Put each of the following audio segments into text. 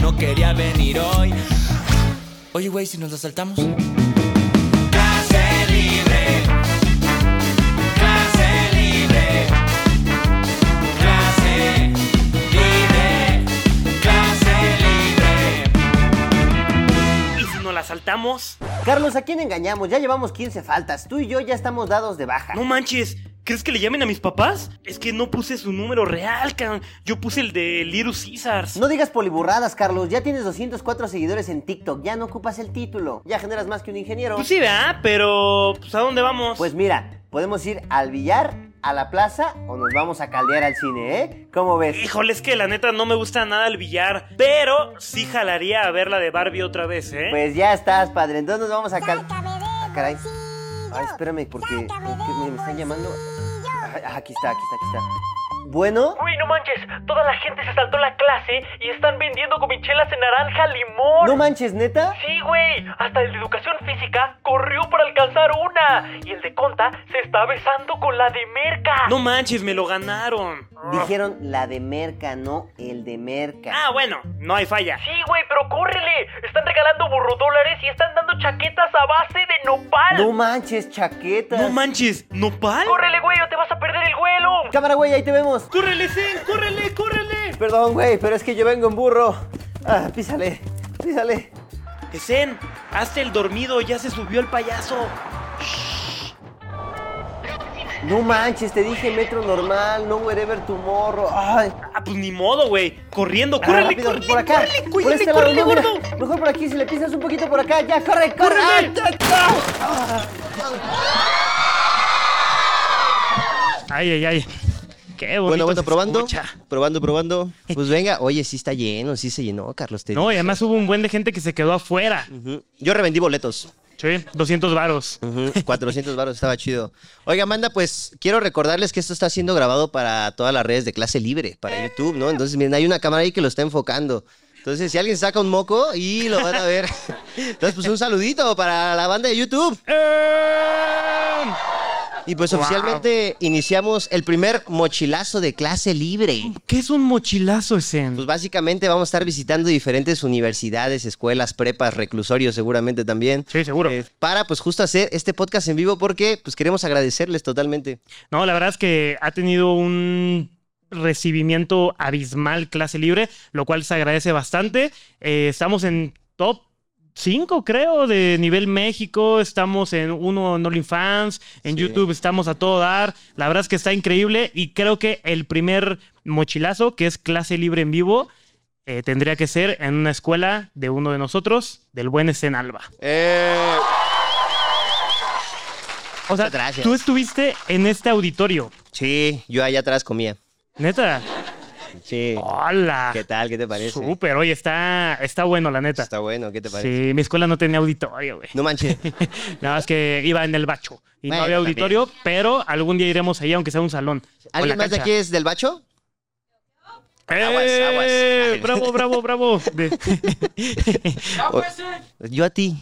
no quería venir hoy. Oye, güey, si nos la saltamos. Clase libre. Clase libre. Clase libre. Clase libre. Y si nos la saltamos, Carlos, ¿a quién engañamos? Ya llevamos 15 faltas. Tú y yo ya estamos dados de baja. no manches. ¿Crees que le llamen a mis papás? Es que no puse su número real, can. Yo puse el de Little Caesars. No digas poliburradas, Carlos. Ya tienes 204 seguidores en TikTok. Ya no ocupas el título. Ya generas más que un ingeniero. Pues sí, ¿verdad? Pero, pues, ¿a dónde vamos? Pues mira, podemos ir al billar, a la plaza o nos vamos a caldear al cine, ¿eh? ¿Cómo ves? Híjole, es que la neta no me gusta nada el billar, pero sí jalaría a ver la de Barbie otra vez, ¿eh? Pues ya estás, padre. Entonces nos vamos a caldear. Sácame del Ah, caray. bolsillo. Ay, espérame, porque Sácame porque del me, me están llamando. bolsillo. Ah, ah, aquí está, aquí está, aquí está. Bueno, Uy, no manches, toda la gente se saltó la clase y están vendiendo gomichelas en naranja limón. no manches, neta. Sí, güey, hasta el de educación física corrió para alcanzar una. Y el de Conta se está besando con la de Merca. No manches, me lo ganaron. Dijeron la de merca, no el de merca. Ah, bueno, no hay falla. Sí, güey, pero córrele. Están regalando burrodólares y están dando chaquetas a base de nopal. No manches, chaquetas. No manches, ¿nopal? Córrele, güey, o te vas a perder el vuelo. Cámara, güey, ahí te vemos. ¡Córrele, Zen! ¡Córrele, córrele! Perdón, güey, pero es que yo vengo en burro. Ah, písale, písale. Zen, hazte el dormido, ya se subió el payaso. No manches, te dije metro normal, no wherever tomorrow. Ay, Ah, pues ni modo, güey. Corriendo, córrele, Ah, rápido, córrele, por acá. córrele, por córrele, este lado, córrele, no, mira, gordo. Mejor por aquí, si le pisas un poquito por acá, ya, corre, corre. Córrele. Ah, ya, ah. Ay, ay, ay. Qué bonito. Bueno, bueno, se probando. escucha. Probando, probando. Pues venga, oye, sí está lleno, sí se llenó, Carlos. te No, y dije. además hubo un buen de gente que se quedó afuera. Ujú. Yo revendí boletos. Sí, 200 varos. Ujú, 400 baros, estaba chido. Oiga, Amanda, pues quiero recordarles que esto está siendo grabado para todas las redes de clase libre, para YouTube, ¿no? Entonces, miren, hay una cámara ahí que lo está enfocando. Entonces, si alguien saca un moco y lo van a ver. Entonces, pues un saludito para la banda de YouTube. ¡Eh! Y pues oficialmente iniciamos el primer mochilazo de clase libre. ¿Qué es un mochilazo, Zen? Pues básicamente vamos a estar visitando diferentes universidades, escuelas, prepas, reclusorios seguramente también. Sí, seguro. Eh, para pues justo hacer este podcast en vivo porque pues queremos agradecerles totalmente. No, la verdad es que ha tenido un recibimiento abismal clase libre, lo cual se agradece bastante. Eh, estamos en top 5, creo, de nivel México. Estamos en uno en OnlyFans, en Sí. YouTube estamos a todo dar. La verdad es que está increíble y creo que el primer mochilazo, que es clase libre en vivo, eh, tendría que ser en una escuela de uno de nosotros, del buen Escenalba. Eh, O sea, Muchas gracias. tú estuviste en este auditorio. sí, yo allá atrás comía. Neta. Sí. Hola. ¿Qué tal? ¿Qué te parece? Súper, oye, está, está bueno, la neta. Está bueno, ¿qué te parece? Sí, mi escuela no tenía auditorio, güey. No manches. Nada más que iba en el bacho y Bueno, no había está auditorio, pero algún día iremos allá, aunque sea un salón. o ¿Alguien la más de cancha. aquí es del bacho? ¡Eh! Aguas, aguas. Bravo, bravo, bravo. De- Yo a ti.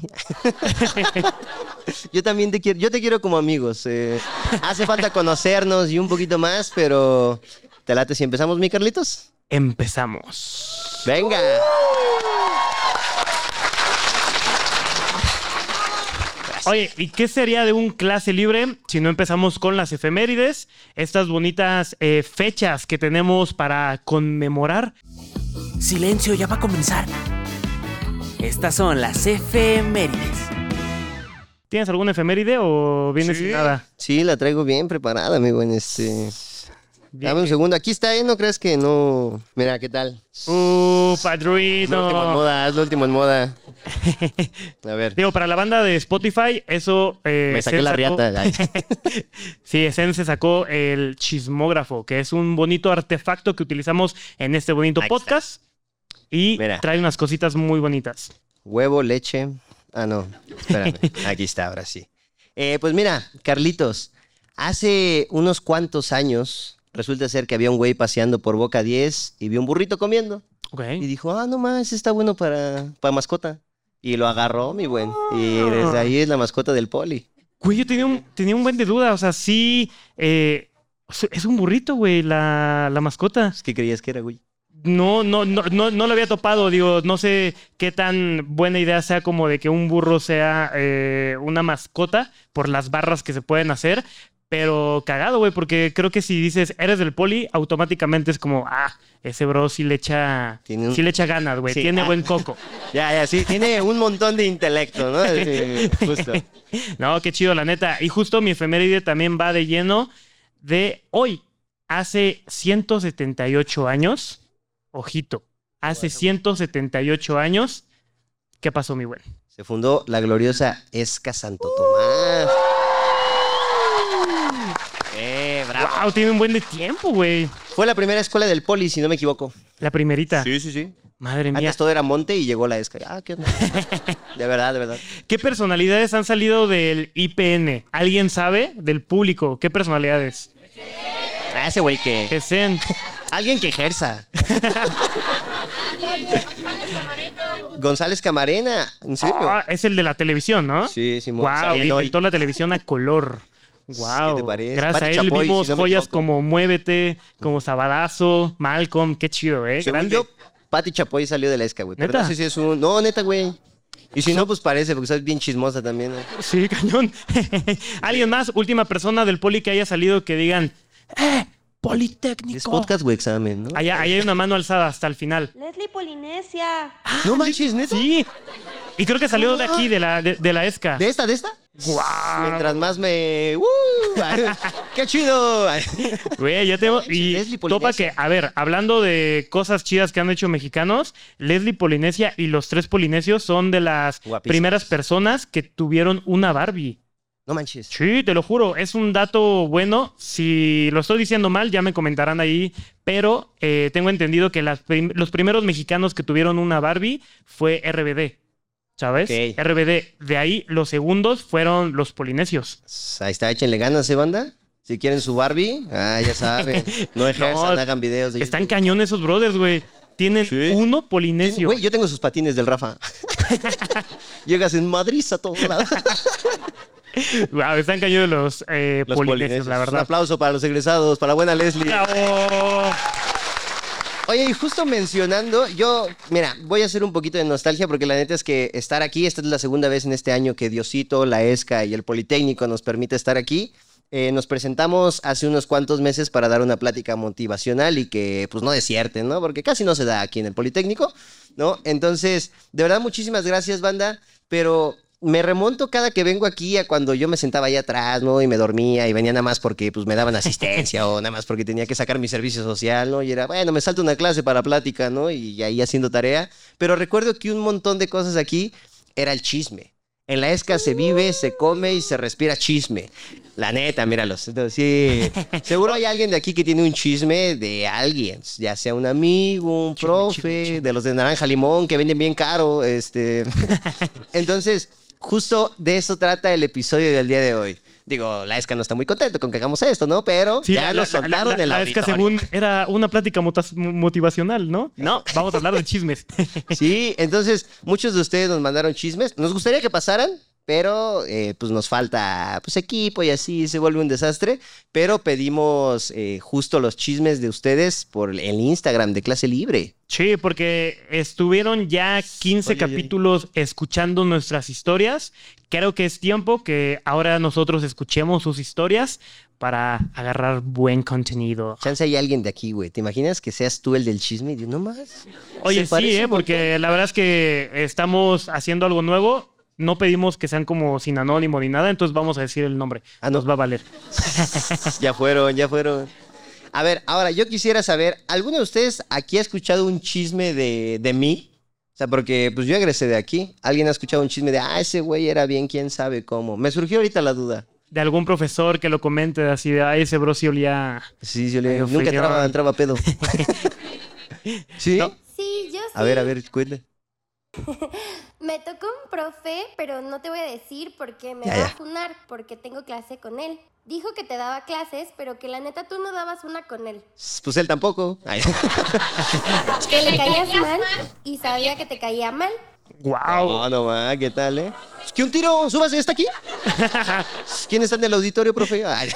yo también te quiero, yo te quiero como amigos. eh, hace falta conocernos y un poquito más, pero te late si empezamos, mi Carlitos. Empezamos. Venga. Oye, ¿y qué sería de un clase libre si no empezamos con las efemérides? Estas bonitas eh, fechas que tenemos para conmemorar. Silencio, ya va a comenzar. Estas son las efemérides. ¿Tienes alguna efeméride o vienes sin nada? Sí, la traigo bien preparada, mi buen este. Dame un segundo. Aquí está, ¿eh? No crees que no. Mira, ¿qué tal? ¡Uh, Es lo último en padrino! moda, es lo último en moda. A ver. Digo, para la banda de Spotify, eso... eh, Me saqué Zen la sacó- riata. Ay. Sí, Zen se sacó el chismógrafo, que es un bonito artefacto que utilizamos en este bonito Ahí está. podcast. Y Mira. trae unas cositas muy bonitas. Huevo, leche. Ah, no. Espérame. Aquí está, ahora sí. Eh, pues mira, Carlitos, hace unos cuantos años resulta ser que había un güey paseando por Boca 10 y vio un burrito comiendo. Ok. Y dijo, ah, no más, está bueno para, para mascota. Y lo agarró, mi buen. Y desde ahí es la mascota del poli. Güey, yo tenía un, tenía un buen de duda. O sea, sí. eh, es un burrito, güey, la, la mascota. Pues, ¿Qué creías que era, güey? No, no, no, no, no lo había topado, digo, no sé qué tan buena idea sea como de que un burro sea eh, una mascota por las barras que se pueden hacer, pero cagado, güey, porque creo que si dices eres del poli, automáticamente es como, ah, ese bro sí le echa, Tiene un- sí le echa ganas, güey, Sí, tiene ah. buen coco. Ya, ya, sí, tiene un montón de intelecto, ¿no? Sí, justo. No, qué chido, la neta. Y justo mi efeméride también va de lleno de hoy. Hace 178 años, ojito, hace 178 años, ¿qué pasó, mi buen? Se fundó la gloriosa Esca Santo Tomás. Eh, bravo. Wow, tiene un buen de tiempo, güey. Fue la primera escuela del poli, si no me equivoco. La primerita. Sí, sí, sí. Madre mía. Antes todo era monte y llegó la Esca. Ah, qué onda. De verdad, de verdad. ¿Qué personalidades han salido del IPN? ¿Alguien sabe? Del público. ¿Qué personalidades? Ah, ese güey que... Que sean. Alguien que ejerza. González Camarena, ¿en serio? Ah, es el de la televisión, ¿no? Sí, Simón. Wow, Saliendo hoy. inventó la televisión a color. Wow. ¿qué te parece? Gracias Pati a él Chapoy, vimos si no me joyas equivoco. como Muévete, como Sabadazo, Malcolm, qué chido, eh. Según Grande. yo, Pati Chapoy salió de la esca, güey. Pero ¿Neta? no sé si es un... No, neta, güey. Y si no, pues parece, porque estás bien chismosa también. ¿no? Sí, cañón. Alguien más, última persona del poli que haya salido que digan, eh, Es Politécnico. podcast, güey, examen, ¿no? Allá, allá hay una mano alzada hasta el final. Leslie Polinesia. no manches, neta. Sí. Y creo que salió de aquí, de la, de, de la ESCA. ¿De esta, de esta? Guau. Mientras más me... ¡Uh! Ay, ¡Qué chido! Ay. Güey, ya tenemos. Y Leslie topa Polinesia. que, a ver, hablando de cosas chidas que han hecho mexicanos, Leslie Polinesia y los tres polinesios son de las Guapísimas. primeras personas que tuvieron una Barbie. No manches. Sí, te lo juro, es un dato bueno. Si lo estoy diciendo mal, ya me comentarán ahí. Pero eh, tengo entendido que las prim- los primeros mexicanos que tuvieron una Barbie fue RBD. ¿Sabes? Ok. RBD. De ahí los segundos fueron los polinesios. Ahí está, échenle ganas, ¿eh, banda? Si quieren su Barbie, ah, ya saben. No ejerzan, No, hagan videos. De Están YouTube. cañón esos brothers, güey. Tienen Sí. uno polinesio. Güey, yo tengo sus patines del Rafa. Llegas en Madrid a todos lados. Wow, están cañón los, eh, Los polinesios, polinesios. la Un verdad. Ah, oh. aplauso para los egresados, para la buena Leslie. ¡Bravo! Oye, y justo mencionando, yo, mira, voy a hacer un poquito de nostalgia porque la neta es que estar aquí, esta es la segunda vez en este año que Diosito, la ESCA y el Politécnico nos permite estar aquí. Eh, nos presentamos hace unos cuantos meses para dar una plática motivacional y que pues no desierten, ¿no? Porque casi no se da aquí en el Politécnico, ¿no? Entonces, de verdad, muchísimas gracias, banda, pero me remonto cada que vengo aquí a cuando yo me sentaba allá atrás, ¿no? Y me dormía y venía nada más porque pues me daban asistencia o nada más porque tenía que sacar mi servicio social, ¿no? Y era, bueno, me salto una clase para plática, ¿no? Y ahí haciendo tarea. Pero recuerdo que un montón de cosas aquí era el chisme. En la esca se vive, se come y se respira chisme. La neta, míralos. Entonces, sí. Seguro hay alguien de aquí que tiene un chisme de alguien, ya sea un amigo, un profe, de los de naranja limón que venden bien caro, este, entonces, justo de eso trata el episodio del día de hoy. Digo, la ESCA no está muy contento con que hagamos esto, ¿no? Pero Sí, ya la- nos la- la- soltaron la- el la vez que según era una plática motas- motivacional, ¿no? No, vamos a hablar de chismes. Sí, entonces, muchos de ustedes nos mandaron chismes. Nos gustaría que pasaran, pero eh, pues nos falta pues equipo y así se vuelve un desastre. Pero pedimos eh, justo los chismes de ustedes por el Instagram de Clase Libre. Sí, porque estuvieron ya 15 Oye, oye, oye. capítulos escuchando nuestras historias. Creo que es tiempo que ahora nosotros escuchemos sus historias para agarrar buen contenido. Chance hay alguien de aquí, güey. ¿Te imaginas que seas tú el del chisme? Y yo, no más. Oye, Se sí, parece ¿eh? un montón. porque la verdad es que estamos haciendo algo nuevo. No pedimos que sean como sin anónimo ni nada, entonces vamos a decir el nombre. Ah, no. Nos va a valer. Ya fueron, ya fueron. A ver, ahora yo quisiera saber, ¿alguno de ustedes aquí ha escuchado un chisme de, de mí? O sea, porque pues yo egresé de aquí. ¿Alguien ha escuchado un chisme de, ah, ese güey era bien, quién sabe cómo? Me surgió ahorita la duda. De algún profesor que lo comente así de, ay, ese bro sí olía... Sí, yo le Ay, nunca ofendió. entraba, entraba pedo. ¿Sí? No. Sí, yo sí. A ver, a ver, cuéntale. Me tocó un profe, pero no te voy a decir porque me Ya, va a ya. funar, porque tengo clase con él. Dijo que te daba clases, pero que la neta tú no dabas una con él. Pues él tampoco. Ay. Que le caías mal y sabía que te caía mal. ¡Wow! No, no, ma, ¿qué tal, eh? Es que un tiro, súbase, ¿está aquí? ¿Quién está en el auditorio, profe? Ay.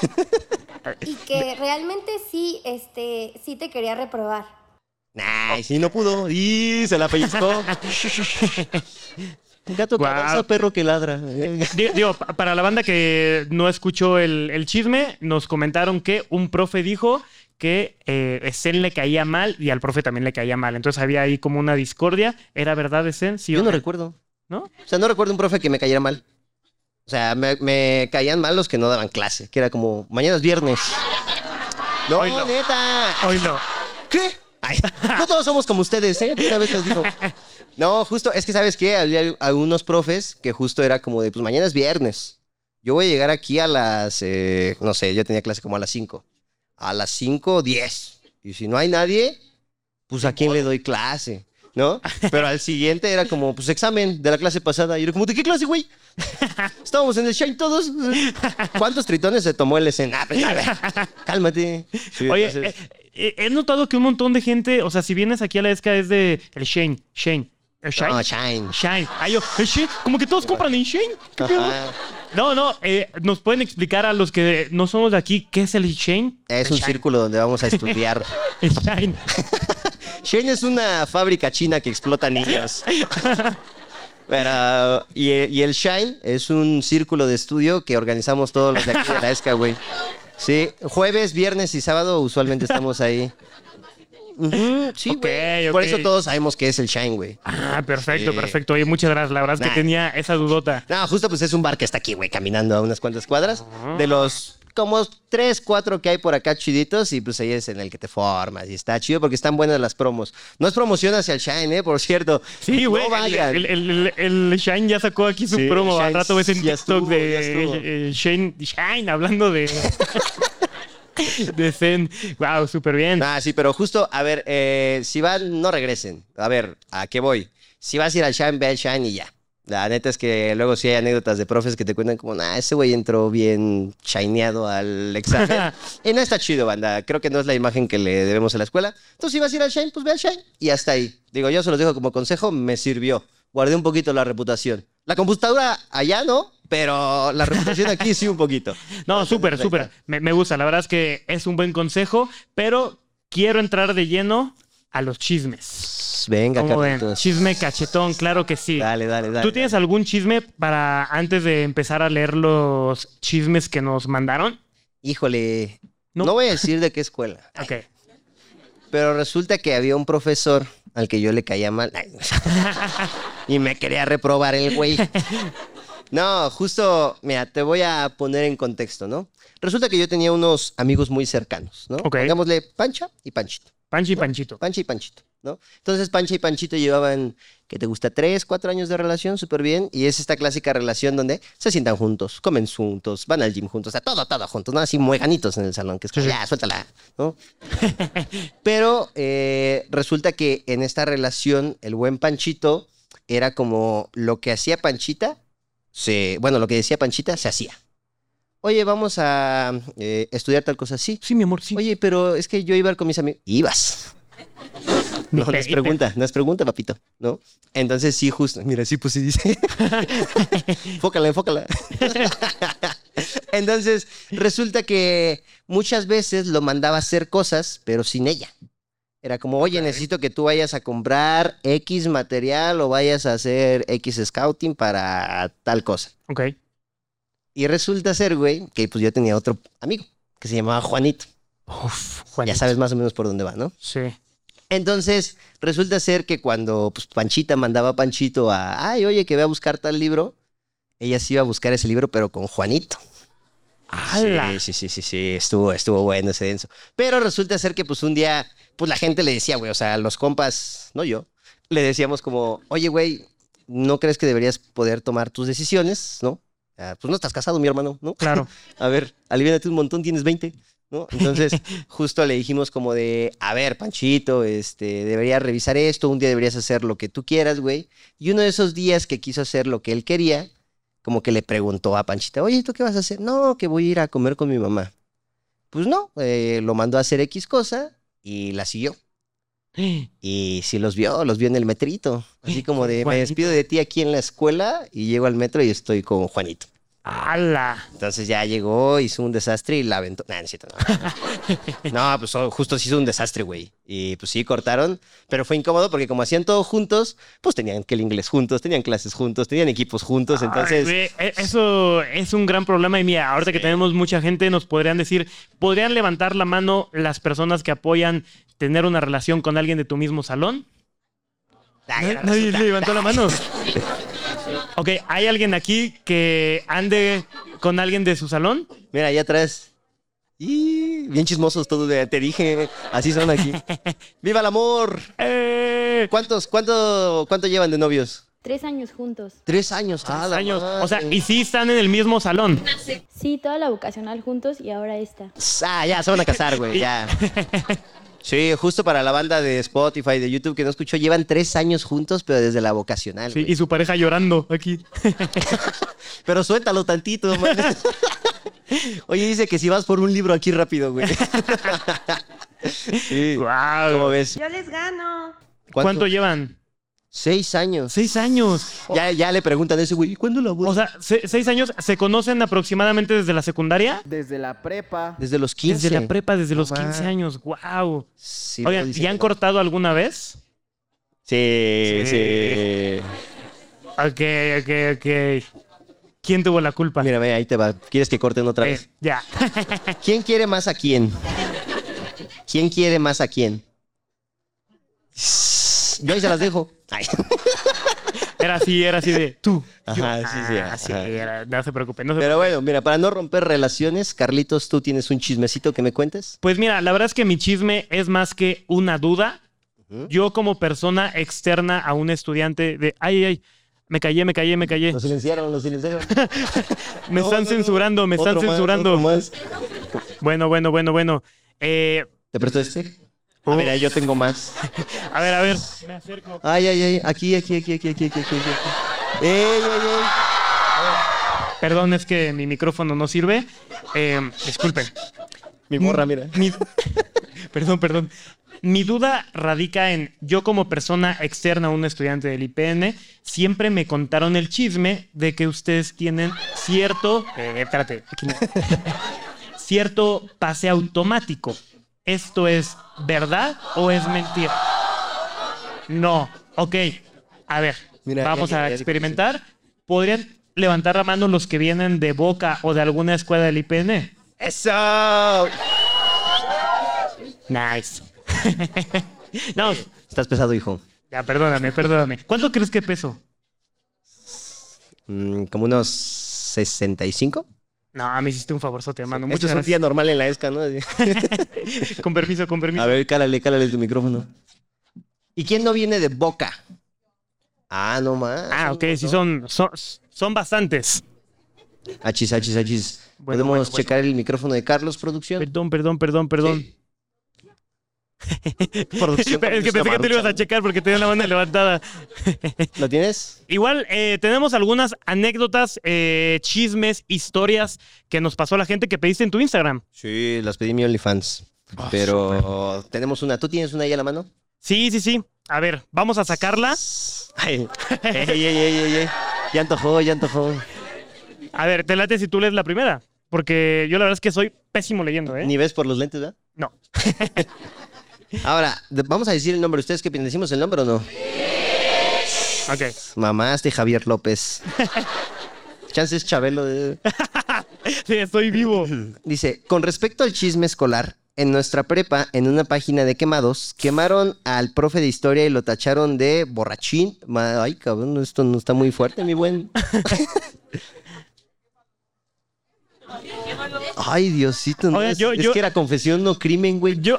Y que realmente sí, este, sí te quería reprobar. Nah, y sí, no pudo. Y se la pellizcó. Un gato Guau. que avanza, perro que ladra. Digo, digo, pa- para la banda que no escuchó el, el chisme, nos comentaron que un profe dijo que eh, Zen le caía mal y al profe también le caía mal. Entonces había ahí como una discordia. ¿Era verdad Zen? Sí, o Yo no no? recuerdo. ¿No? O sea, no recuerdo un profe que me cayera mal. O sea, me, me caían mal los que no daban clase, que era como, mañana es viernes. No, Hoy no. neta. Hoy no. ¿Qué? Ay, no todos somos como ustedes, ¿eh? Una vez les digo. No, justo, es que sabes qué, había algunos profes que justo era como de, pues mañana es viernes. Yo voy a llegar aquí a las, eh, no sé, yo tenía clase como a las 5. A las 5, o 10. Y si no hay nadie, pues a quién le doy clase, ¿no? Pero al siguiente era como, pues examen de la clase pasada. Y era como, ¿de qué clase, güey? Estábamos en el shine todos. ¿Cuántos tritones se tomó el escena? cálmate. Sí, Oye, entonces- eh, eh, he notado que un montón de gente, o sea, si vienes aquí a la ESCA es de el Shane, Shane, el Shine. No, shine. Shine. Ay, yo, el Shane. Como que todos compran en Shane. ¿Qué pedo? Ajá. No, no, eh, nos pueden explicar a los que no somos de aquí qué es el Shane. Es El un Shine. círculo donde vamos a estudiar. El Shine. Shane es una fábrica china que explota niños. Pero, y, y el Shine es un círculo de estudio que organizamos todos los de aquí de la ESCA, güey. Sí, jueves, viernes y sábado usualmente estamos ahí. Ujú, sí, Ok, güey. ok. Por eso todos sabemos que es el Shine, güey. Ah, perfecto, Sí. perfecto. Oye, muchas gracias. La verdad es que Nah. tenía esa dudota. No, justo pues es un bar que está aquí, güey, caminando a unas cuantas cuadras. De los como tres, cuatro que hay por acá chiditos y pues ahí es en el que te formas y está chido porque están buenas las promos. No es promoción hacia el Shine, ¿eh? Por cierto. Sí, No güey. el- vayan. El, el- el- el Shine ya sacó aquí su Sí, promo. Al Shine rato ves en ya TikTok estuvo, ya de estuvo. eh, eh, Shane, Shine hablando de. de Zen. Wow, súper bien. Ah, sí, pero justo, a ver, eh, si van, no regresen. A ver, ¿a qué voy? Si vas a ir al Shine, ve al Shine y ya. La neta es que luego sí hay anécdotas de profes que te cuentan como, nah, ese güey entró bien shineado al examen. y no está chido, banda. Creo que no es la imagen que le debemos a la escuela. Entonces, si vas a ir al Shine, pues ve al Shine y hasta ahí. Digo, yo se los dejo como consejo, me sirvió. Guardé un poquito la reputación. La computadora allá no, pero la reputación aquí sí un poquito. No, súper, súper. Me, me gusta. La verdad es que es un buen consejo, pero quiero entrar de lleno a los chismes. Venga, ¿Cómo ven? Carlitos. Chisme cachetón, claro que sí. Dale, dale, dale. ¿Tú tienes algún chisme para antes de empezar a leer los chismes que nos mandaron? Híjole, No. no. voy a decir de qué escuela, Ok. pero resulta que había un profesor al que yo le caía mal Ay, y me quería reprobar el güey. No, justo, mira, te voy a poner en contexto, ¿no? Resulta que yo tenía unos amigos muy cercanos, ¿no? Ok. Pongámosle Pancha y Panchito. Panchi Panchito. Pancha y Panchito, ¿no? Entonces Pancha y Panchito llevaban, ¿qué te gusta? Tres, cuatro años de relación, súper bien. Y es esta clásica relación donde se sientan juntos, comen juntos, van al gym juntos, o sea, todo, todo juntos, ¿no? Así mueganitos en el salón, que es como, Sí, sí. ya, suéltala, ¿no? Pero eh, resulta que en esta relación el buen Panchito era como lo que hacía Panchita, se, bueno, lo que decía Panchita se hacía. Oye, vamos a eh, estudiar tal cosa, sí. Sí, mi amor, sí. Oye, pero es que yo iba a ir con mis amigos. Ibas. No, Ni no es pe- pregunta, no es pregunta, papito, ¿no? Entonces sí, justo. Mira, sí, pues sí dice. enfócala, enfócala. Entonces, resulta que muchas veces lo mandaba a hacer cosas, pero sin ella. Era como, oye, necesito que tú vayas a comprar X material o vayas a hacer X scouting para tal cosa. Ok. Y resulta ser, güey, que pues yo tenía otro amigo que se llamaba Juanito. Uf, Juanito. Ya sabes más o menos por dónde va, ¿no? Sí. Entonces, resulta ser que cuando pues, Panchita mandaba a Panchito a, ay, oye, que ve a buscar tal libro, ella sí iba a buscar ese libro, pero con Juanito. Sí, ¡Hala! sí, sí, sí, sí, estuvo, estuvo bueno ese denso. Pero resulta ser que pues un día, pues la gente le decía, güey, o sea, los compas, no yo, le decíamos como, oye, güey, ¿no crees que deberías poder tomar tus decisiones, no? Ah, pues no estás casado, mi hermano, ¿no? Claro. A ver, aliviánate un montón, tienes 20, ¿no? Entonces, justo le dijimos como de, a ver, Panchito, este, deberías revisar esto, un día deberías hacer lo que tú quieras, güey. Y uno de esos días que quiso hacer lo que él quería, como que le preguntó a Panchita, oye, ¿tú qué vas a hacer? No, que voy a ir a comer con mi mamá. Pues no, eh, lo mandó a hacer X cosa y la siguió. Y sí los vio, los vio en el metrito. Así como de, me Juanito. despido de ti aquí en la escuela y llego al metro y estoy con Juanito. ¡Hala! Entonces ya llegó, hizo un desastre y la aventó. Nah, no, es cierto, no. No, pues oh, justo se hizo un desastre, güey. Y pues sí, cortaron, pero fue incómodo porque como hacían todo juntos, pues tenían que el inglés juntos, tenían clases juntos, tenían equipos juntos, Ay, entonces... güey, e- eso es un gran problema. Y mira, ahorita que tenemos mucha gente, nos podrían decir, ¿podrían levantar la mano las personas que apoyan tener una relación con alguien de tu mismo salón? Ah, Nadie- ya Nadie resulta. levantó la mano. Ok, ¿hay alguien aquí que ande con alguien de su salón? Mira, allá atrás. Y bien chismosos todos, eh, te dije, así son aquí. ¡Viva el amor! Eh, ¿Cuántos, cuánto, cuánto llevan de novios? Tres años juntos. Tres años. ah, la años. madre. O sea, y sí están en el mismo salón. Sí, toda la vocacional juntos y ahora esta. Ah, ya, se van a casar, güey, ya. Sí, justo para la banda de Spotify, de YouTube que no escuchó, llevan tres años juntos, pero desde la vocacional. Sí, güey. y su pareja llorando aquí. Pero suéltalo tantito, man. Oye, dice que si vas por un libro aquí rápido, güey. Sí. Guau. ¿Cómo ves? Yo les gano. ¿Cuánto? llevan? Seis años. Seis años. Ya, ya le preguntan a ese güey, ¿y ¿cuándo la boda? O sea, se- seis años. ¿Se conocen aproximadamente desde la secundaria? Desde la prepa. desde los 15. Desde la prepa, desde los No va. 15 años. ¡Wow! Sí, Oigan, dice ¿y que han no. cortado alguna vez? Sí, sí. Ok, ok, ok. ¿Quién tuvo la culpa? Mira, ve, ahí te va. ¿Quieres que corten otra Eh, vez? ya. ¿Quién quiere más a quién? ¿Quién quiere más a quién? Yo ahí se las dejo. Ay. Era así, era así de tú. Ajá, yo. sí, sí, Ah, sí, ajá. era- no se preocupen. No se Pero bueno, mira, para no romper relaciones, Carlitos, ¿tú tienes un chismecito que me cuentes? Pues mira, la verdad es que mi chisme es más que una duda. Ujú. Yo como persona externa a un estudiante de... Ay, ay, ay, me callé, me callé, me callé. Lo silenciaron, lo silenciaron. Me están censurando, me están censurando. Bueno, bueno, bueno, bueno. Eh, ¿Te presto este? Ah, mira, yo tengo más. a ver, a ver. Me acerco. Ay, ay, ay. Aquí, aquí, aquí, aquí, aquí, aquí, aquí. aquí. Ey, ey, ey. Perdón, es que mi micrófono no sirve. Eh, disculpen. Mi morra, mira. Mi- perdón, perdón. Mi duda radica en, yo como persona externa a un estudiante del IPN, siempre me contaron el chisme de que ustedes tienen cierto... eh, espérate, aquí no. cierto pase automático. ¿Esto es verdad o es mentira? No, ok. A ver, Mira, ya, vamos ya, ya a dijo, sí. experimentar. ¿Podrían levantar la mano los que vienen de Boca o de alguna escuela del IPN? ¡Eso! Nice. no, Estás pesado, hijo. ya, perdóname, perdóname. ¿Cuánto crees que peso? Mm, como unos 65. No, me hiciste un favorzote, hermano. Esto Muchas es un día gracias. normal en la ESCA, ¿no? Así. Con permiso, con permiso. A ver, cálale, cálale tu micrófono. ¿Y quién no viene de boca? Ah, no más. ah, ok, sí son, son, son bastantes. Achis, achis, achis. Bueno, ¿Podemos bueno, bueno. checar el micrófono de Carlos, producción? Perdón, perdón, perdón, perdón. producción. Pero es que pensé que te lo ibas a checar porque tenía la mano levantada. ¿Lo tienes? Igual eh, tenemos algunas anécdotas, eh, chismes, historias que nos pasó la gente que pediste en tu Instagram. Sí, las pedí en mi OnlyFans. Ah, Pero tenemos una. ¿Tú tienes una ahí a la mano? Sí, sí, sí. A ver, vamos a sacarla. Ay. Ey, ey, ey, ey, ey. Ya antojó, ya antojó. A ver, te late si tú lees la primera. Porque yo la verdad es que soy pésimo leyendo, ¿eh? Ni ves por los lentes, ¿verdad? No. Ahora, de- vamos a decir el nombre. ¿Ustedes qué opinan? ¿Decimos el nombre o no? Ok. Mamás de Javier López. Chances Chabelo. de- Sí, estoy vivo. Dice, con respecto al chisme escolar, en nuestra prepa, en una página de quemados, quemaron al profe de historia y lo tacharon de borrachín. Ma- Ay, cabrón, esto no está muy fuerte, mi buen. Ay, Diosito, no, Oye, es, yo- es yo- que era confesión, no crimen, güey. Yo.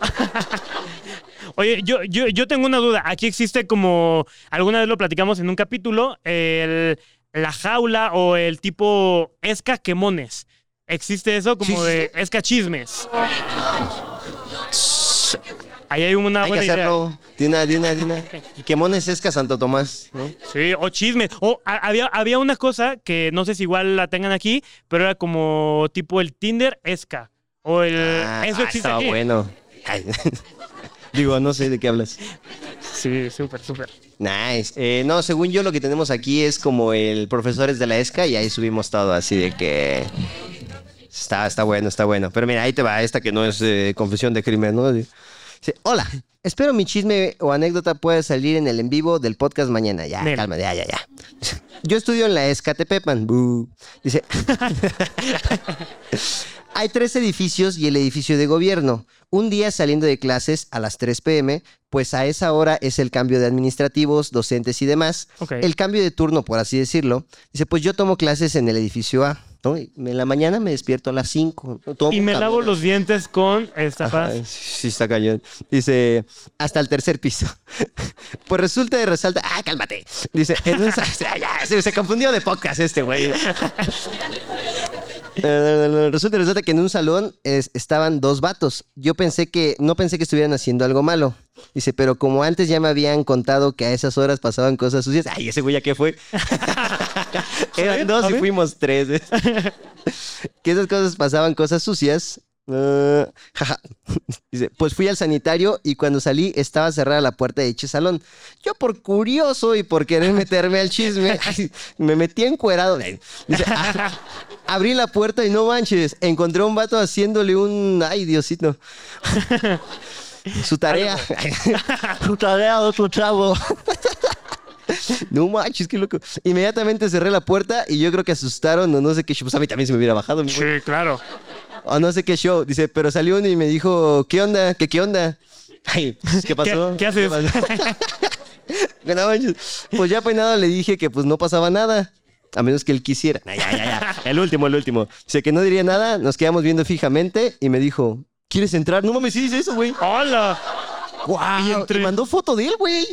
Oye, yo, yo, yo tengo una duda. Aquí existe como. Alguna vez lo platicamos en un capítulo. El, la jaula o el tipo escaquemones. ¿Existe eso como Sí, sí, de escachismes? Ahí hay una Hay que buena idea. hacerlo. Dina, Dina, Dina. Quemones Esca Santo Tomás. ¿no? Sí, o chismes. O ha- había, había una cosa que no sé si igual la tengan aquí, pero era como tipo el Tinder esca. O el. Ah, eso ah, existe estaba aquí. bueno. Ay. Digo, no sé de qué hablas. Sí, súper, súper. Nice. Eh, no, según yo lo que tenemos aquí es como el profesores de la ESCA y ahí subimos todo, así de que... Está, está bueno, está bueno. Pero mira, ahí te va esta que no es eh, confesión de crimen, ¿no? Dice, Hola, espero mi chisme o anécdota pueda salir en el en vivo del podcast mañana. Ya, Nel. calma, ya, ya, ya. Yo estudio en la ESCA Tepepan. Bú. Dice, Hay tres edificios y el edificio de gobierno. Un día saliendo de clases a las 3 pm, pues a esa hora es el cambio de administrativos, docentes y demás. Ok. El cambio de turno, por así decirlo. Dice, pues yo tomo clases en el edificio A. ¿no? Y En la mañana me despierto a las 5. Y me lavo los dientes con esta Ajá, paz. sí, está cañón. Dice, hasta el tercer piso. Pues resulta y resalta. ¡Ah, cálmate! Dice, entonces, ah, ya, se, se confundió de podcast este güey. Eh, Resulta y resalta que en un salón es- estaban dos vatos. Yo pensé que, no pensé que estuvieran haciendo algo malo. Dice, pero como antes ya me habían contado que a esas horas pasaban cosas sucias. Ay, ese güey ya qué fue. A ver, Eran dos a y ver. fuimos tres. que esas cosas pasaban cosas sucias. Eh, jaja. Dice, pues fui al sanitario y cuando salí estaba cerrada la puerta de dicho salón. Yo por curioso y por querer meterme al chisme, ay, me metí encuerado. Dice, "Ah, abrí la puerta y no manches, encontré a un vato haciéndole un... Ay, Diosito. Su tarea. su tarea de otro chavo. No manches, qué loco. Inmediatamente cerré la puerta y yo creo que asustaron o no sé qué. Pues a mí también se me hubiera bajado. mi güey. Sí, claro. O no sé qué show. Dice, pero salió uno y me dijo, ¿qué onda? ¿Qué, qué onda? Ay, pues, ¿qué pasó? ¿Qué, qué haces? Que no manches. Pues ya peinado le dije que pues no pasaba nada. A menos que él quisiera. Ay, ay, ay, ay. El último, el último. Dice que no diría nada, nos quedamos viendo fijamente y me dijo, ¿quieres entrar? No mames, sí dice eso, güey. ¡Hola! ¡Guau! Ah. Y Y, entre- mandó foto de él, güey.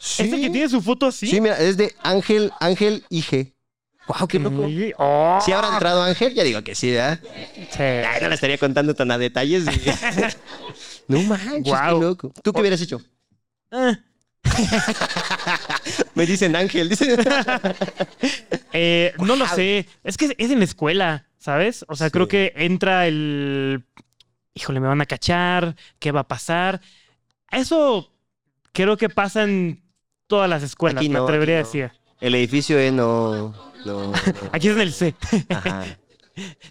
Sí. ¿Este que tiene su foto así? Sí, mira, es de Ángel, Ángel Ige. ¡Guau, qué loco! Sí. Oh, Si habrá entrado Ángel, ya digo que sí, ¿verdad? sí. Ay, no le estaría contando tan a detalles. no manches, Guau. qué loco. ¿Tú qué hubieras hecho? Ah. Me dicen Ángel. Dicen... Eh, no lo sé. Es que es- es en la escuela, ¿sabes? O sea, creo Sí. que entra el. Híjole, me van a cachar. ¿Qué va a pasar? Eso creo que pasa en todas las escuelas, Aquí me no, aquí atrevería no. a decir. El edificio E no... no, no. Aquí es en el C. Ajá.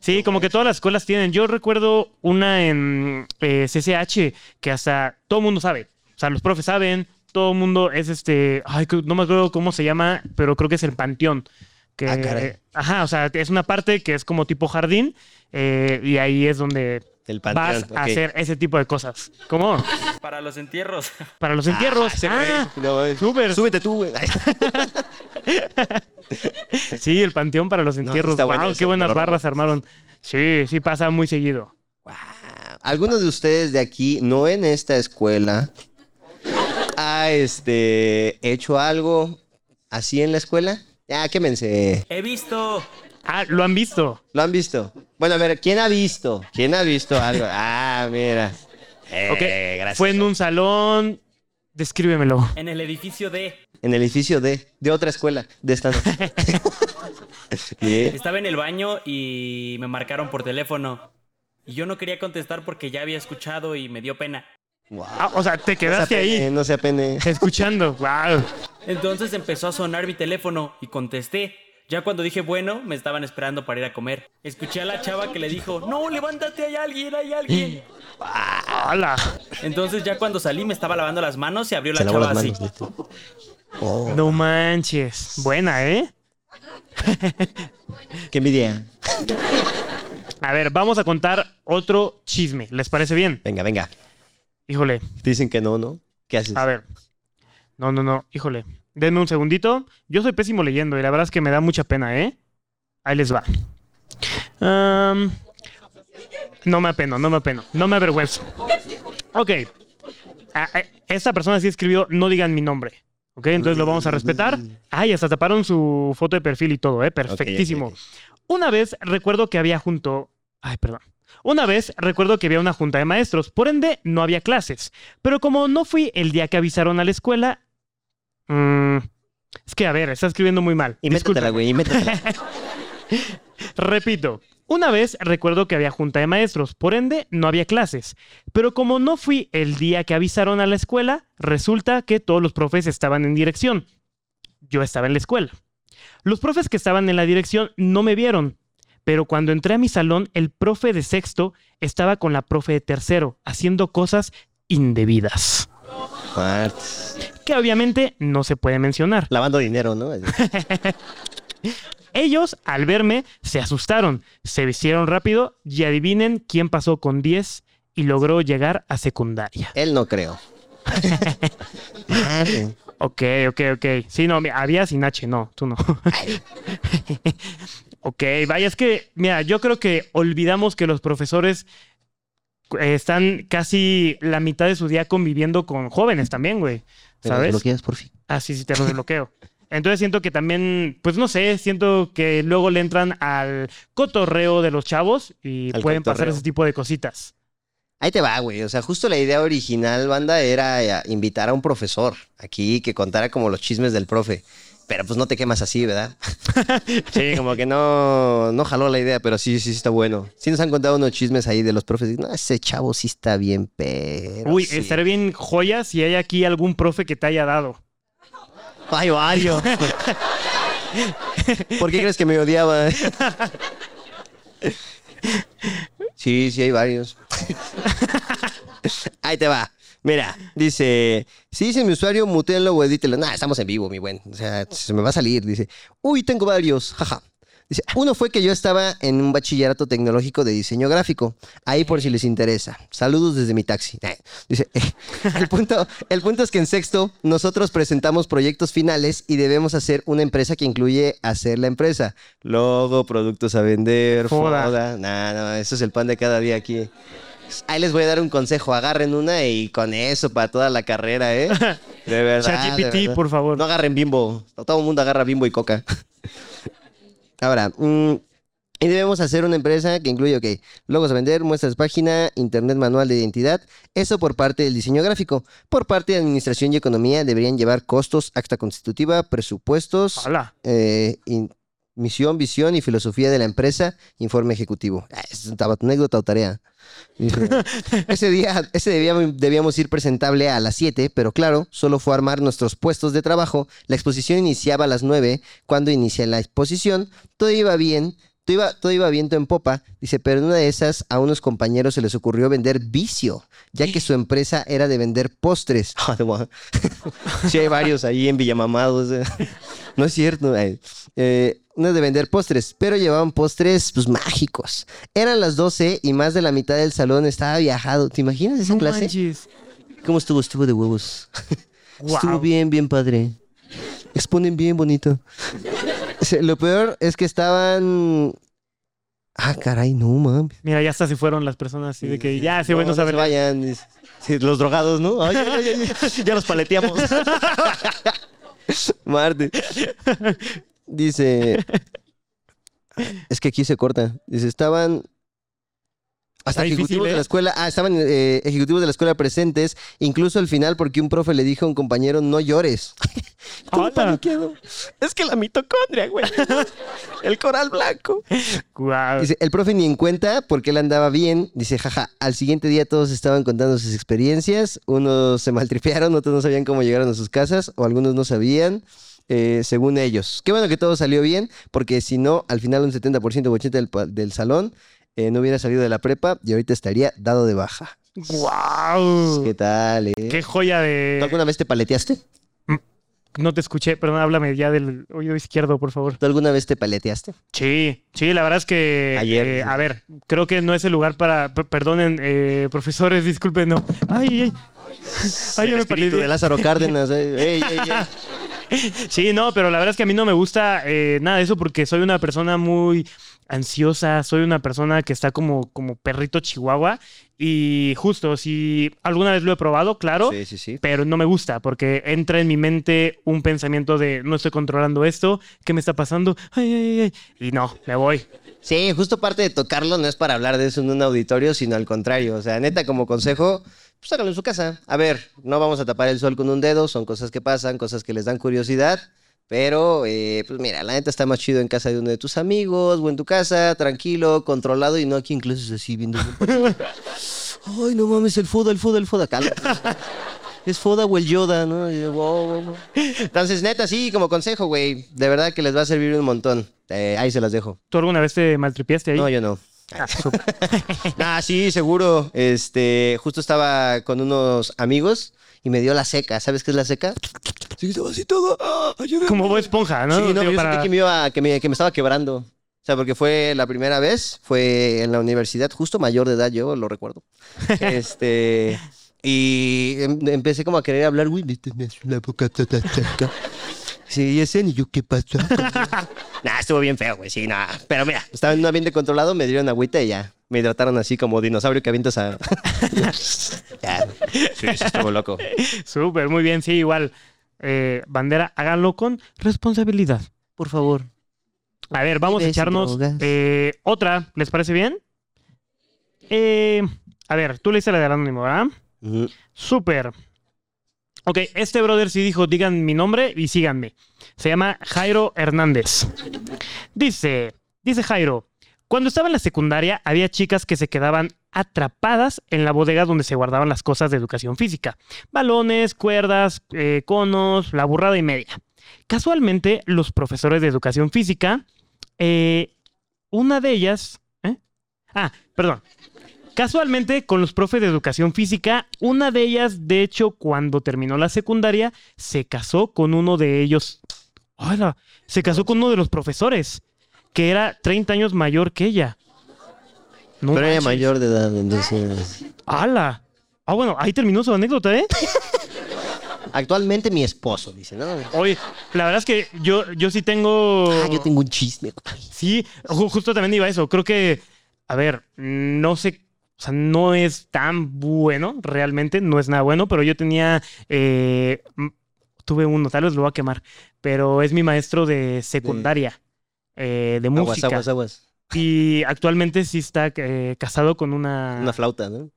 Sí, como que todas las escuelas tienen. Yo recuerdo una en eh, CCH que hasta todo el mundo sabe. O sea, los profes saben, todo el mundo es este. Ay, que- no me acuerdo cómo se llama, pero creo que es el Panteón. Que, Ah, caray. Ajá, o sea, es una parte que es como tipo jardín eh, y ahí es donde El panteón. vas a ok. hacer ese tipo de cosas. ¿Cómo? Para los entierros. Para los entierros. ese güey. Ah, No, mames. súper. Súbete tú, güey. sí, el Panteón para los No, entierros. está bueno Wow, eso, qué buenas pero- barras armaron. Sí, sí pasa muy seguido. Algunos de ustedes de aquí, no en esta escuela, ha este, hecho algo así en la escuela? Ya, quémense. He visto. Ah, lo han visto. ¿Lo han visto? Bueno, a ver, ¿quién ha visto? ¿Quién ha visto algo? Ah, mira. Eh, Ok, gracias. Fue en un salón. Descríbemelo. En el edificio D. En el edificio D, de otra escuela, de esta no. Bien. Estaba en el baño y me marcaron por teléfono. Y yo no quería contestar porque ya había escuchado y me dio pena. Wow. Ah, o sea, te No se quedaste apene, ahí No se apene. escuchando. Wow. Entonces empezó a sonar mi teléfono y contesté. Ya cuando dije bueno, me estaban esperando para ir a comer. Escuché a la chava que le dijo, no, levántate, hay alguien, hay alguien. Hola. Entonces ya cuando salí me estaba lavando las manos y abrió la Se lavó chava las así. manos. listo. Oh, No manches. Buena, ¿eh? qué envidia. A ver, vamos a contar otro chisme. ¿Les parece bien? Venga, venga. Híjole. Te dicen que no, ¿no? ¿Qué haces? A ver. No, no, no. Híjole. Denme un segundito. Yo soy pésimo leyendo y la verdad es que me da mucha pena, ¿eh? Ahí les va. Am, no me apeno, no me apeno. No me avergüenzo. Ok. A- a- esta persona sí escribió no digan mi nombre. Ok, entonces lo vamos a respetar. Ay, hasta taparon su foto de perfil y todo, ¿eh? Mm. Ok, ok, Perfectísimo. ok. Una vez recuerdo que había junto. Ay, perdón. Una vez recuerdo que había una junta de maestros, por ende no había clases. Pero como no fui el día que avisaron a la escuela. mm, es que, a ver, está escribiendo muy mal. Invéntatela, Disculpen. güey, invéntatela. Repito, Una vez recuerdo que había junta de maestros, por ende no había clases. Pero como no fui el día que avisaron a la escuela, resulta que todos los profes estaban en dirección. Yo estaba en la escuela. Los profes que estaban en la dirección no me vieron, pero cuando entré a mi salón, el profe de sexto estaba con la profe de tercero, haciendo cosas indebidas, Martes. que obviamente no se puede mencionar. Lavando dinero, ¿no? Ellos, al verme, se asustaron, se vistieron rápido y adivinen quién pasó con 10 y logró llegar a secundaria. Él no creo. Madre. Ok, ok, ok. Sí, no, mi- había sin H, no, tú no. ok, vaya, es que, mira, yo creo que olvidamos que los profesores eh, están casi la mitad de su día conviviendo con jóvenes también, güey. Pero te ¿Sabes? lo quieres por fin. Ah, sí, sí, te lo desbloqueo. Entonces siento que también, pues no sé, siento que luego le entran al cotorreo de los chavos y Al pueden pasar cotorreo. ese tipo de cositas. Ahí te va, güey. O sea, justo la idea original, banda, era eh, invitar a un profesor aquí que contara como los chismes del profe. Pero pues no te quemas así, ¿verdad? sí, como que no, no jaló la idea, pero sí, sí, sí está bueno. Sí nos han contado unos chismes ahí de los profes. No, ese chavo sí está bien, pero. Uy, sí. estaré bien joya si hay aquí algún profe que te haya dado. Ay, varios. ¿Por qué crees que me odiaba? sí, sí, hay varios. Ahí te va. Mira, dice, si dice mi usuario, mutéalo o edítelo. Nah, estamos en vivo, mi buen. O sea, se me va a salir. Dice, uy, tengo varios, jaja. Dice, uno fue que yo estaba en un bachillerato tecnológico de diseño gráfico. Ahí por si les interesa. Saludos desde mi taxi. Nah. Dice, el punto, el punto es que en sexto nosotros presentamos proyectos finales y debemos hacer una empresa que incluye hacer la empresa. Logo, productos a vender, Foda. foda. Nah, no, eso es el pan de cada día aquí. Ahí les voy a dar un consejo, agarren una y con eso para toda la carrera, ¿eh? De verdad. de ChatGPT, verdad. por favor. No agarren bimbo. Todo el mundo agarra bimbo y coca. Ahora, mm, y debemos hacer una empresa que incluye, ok, logos a vender, muestras de página, internet manual de identidad. Eso por parte del diseño gráfico. Por parte de administración y economía deberían llevar costos, acta constitutiva, presupuestos Hola. eh, in- misión, visión y filosofía de la empresa, informe ejecutivo. Ah, es tu anécdota o tarea. Dice, ese día, ese debíamos, debíamos ir presentable a las 7, pero claro, solo fue armar nuestros puestos de trabajo. La exposición iniciaba a las 9. Cuando inicié la exposición, todo iba bien. Todo iba, todo iba viento en popa, dice, pero en una de esas a unos compañeros se les ocurrió vender vicio, ya que su empresa era de vender postres. Ah, sí, hay varios ahí en Villamamados. eh. No es cierto. eh. Eh, no es de vender postres, pero llevaban postres pues, mágicos. Eran las 12 y más de la mitad del salón estaba viajado. ¿Te imaginas esa No clase? manches. ¿Cómo estuvo? Estuvo de huevos. Estuvo Guau. bien, bien padre. Exponen bien bonito. Se- Lo peor es que estaban... Ah, caray, no, mames. Mira, ya hasta se fueron las personas así de que ya se No, bueno no saber. se vayan. Dice, sí, los drogados, ¿no? Ay, ay, ay, ay, ya los paleteamos. Marte. Dice. Es que aquí se corta. Dice, estaban. Hasta Está difícil, ejecutivos ¿eh? de la escuela. Ah, estaban eh, ejecutivos de la escuela presentes, incluso al final, porque un profe le dijo a un compañero, no llores. Todo Hola. paniqueado. Es que la mitocondria, güey. El coral blanco. Guau. Dice, el profe ni en cuenta porque él andaba bien. Dice, jaja, al siguiente día todos estaban contando sus experiencias. Unos se maltripearon, otros no sabían cómo llegaron a sus casas o algunos no sabían. eh, según ellos. Qué bueno que todo salió bien, porque si no, al final un 70% o 80% del, pa- del salón eh, no hubiera salido de la prepa y ahorita estaría dado de baja. Guau. ¿Qué tal? eh? Qué joya ¿Tú de. Mm, alguna vez te paleteaste? No te escuché, perdón, háblame ya del oído izquierdo, por favor. ¿Tú alguna vez te paleteaste? Sí, sí, la verdad es que. Ayer, eh, sí. a ver, creo que no es el lugar para. per- Perdonen, eh, profesores, disculpen, no. Ay, ay. Ay, yo me perdí. Espíritu de Lázaro Cárdenas. eh. Ey, ey, ey. Sí, no, pero la verdad es que a mí no me gusta eh, nada de eso porque soy una persona muy ansiosa, soy una persona que está como, como perrito chihuahua y justo, si alguna vez lo he probado, claro, Sí, sí, sí. pero no me gusta porque entra en mi mente un pensamiento de no estoy controlando esto, ¿qué me está pasando? Ay, ay, ay, ay. Y no, me voy. Sí, justo parte de tocarlo no es para hablar de eso en un auditorio, sino al contrario. O sea, neta, como consejo, pues háganlo en su casa. A ver, no vamos a tapar el sol con un dedo, son cosas que pasan, cosas que les dan curiosidad. Pero, eh, pues mira, la neta está más chido en casa de uno de tus amigos o en tu casa, tranquilo, controlado y no aquí en clases así viendo. Ay, no mames, el foda, el foda, el foda, cálmate. Es foda o el Yoda, ¿no? Y yo, wow, wow, wow. Entonces, neta, sí, como consejo, güey, de verdad que les va a servir un montón. Eh, ahí se las dejo. ¿Tú alguna vez te maltripiaste ahí? No, yo no. Ah, sí, seguro. Este, justo estaba con unos amigos y me dio la seca. ¿Sabes qué es la seca? Sí, estaba así todo. ¡Ah, ayúdame! Como Bob esponja, ¿no? sí, no, Digo, yo para- sentí que me, iba, que, me, que me estaba quebrando. O sea, porque fue la primera vez, fue en la universidad, justo mayor de edad, yo lo recuerdo. Este. Y em- empecé como a querer hablar, güey, me tenías la boca toda seca. Sí, ese ni yo qué pasó. nah, estuvo bien feo, güey, sí, nada. Pero mira, estaba en un ambiente controlado, me dieron agüita y ya. Me hidrataron así como dinosaurio que avientas a. ya. Sí, sí, estuvo loco. Súper, muy bien, sí, igual. Eh, bandera, háganlo con responsabilidad, por favor. A ver, vamos a Bebés y echarnos drogas. eh, otra. ¿Les parece bien? Eh, a ver, tú le hiciste la del anónimo, ¿verdad? Ujú. Súper. Ok, este brother sí dijo, digan mi nombre y síganme. Se llama Jairo Hernández. Dice, dice Jairo, cuando estaba en la secundaria había chicas que se quedaban atrapadas en la bodega donde se guardaban las cosas de educación física. Balones, cuerdas, eh, conos, la burrada y media. Casualmente, los profesores de educación física, eh, una de ellas... ¿eh? Ah, perdón. Casualmente, con los profes de educación física, una de ellas, de hecho, cuando terminó la secundaria, se casó con uno de ellos. ¡Hala! Se casó con uno de los profesores, que era 30 años mayor que ella. No Pero era manches. mayor de edad, entonces. ¡Hala! Ah, bueno, ahí terminó su anécdota, ¿eh? Actualmente mi esposo, dice, ¿no? Oye, la verdad es que yo, yo sí tengo... Ah, yo tengo un chisme. compadre. Sí, ju- justo también iba a eso. Creo que, a ver, no sé, o sea, no es tan bueno, realmente, no es nada bueno, pero yo tenía, eh, m- tuve uno, tal vez lo voy a quemar, pero es mi maestro de secundaria, eh, de Aguas, música. aguas, aguas. Y actualmente sí está eh, casado con una... Una flauta, ¿no?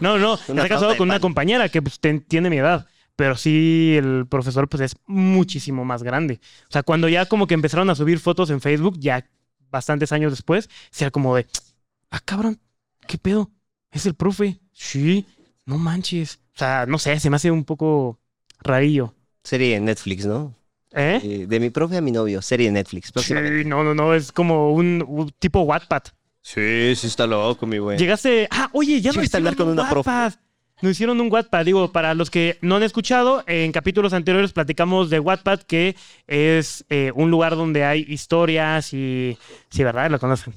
No, no, Una está flauta casado de con una pan. compañera que pues, ten- tiene mi edad. Pero sí, el profesor pues es muchísimo más grande. O sea, cuando ya como que empezaron a subir fotos en Facebook, ya bastantes años después, se era como de, ah, cabrón, ¿qué pedo? Es el profe. Sí, no manches. O sea, no sé, se me hace un poco rarillo. Serie en Netflix, ¿no? ¿Eh? Eh, de mi profe a mi novio, serie en Netflix. Sí, Próximamente. no, no, no, es como un, un tipo Wattpad. Sí, sí está loco, mi güey. Llegaste. Ah, oye, ya no Llegaste a hicieron hablar con un una profe. Wattpad. Nos hicieron un Wattpad. Digo, para los que no han escuchado, en capítulos anteriores platicamos de Wattpad, que es eh, un lugar donde hay historias y. Sí, ¿verdad? Lo conocen.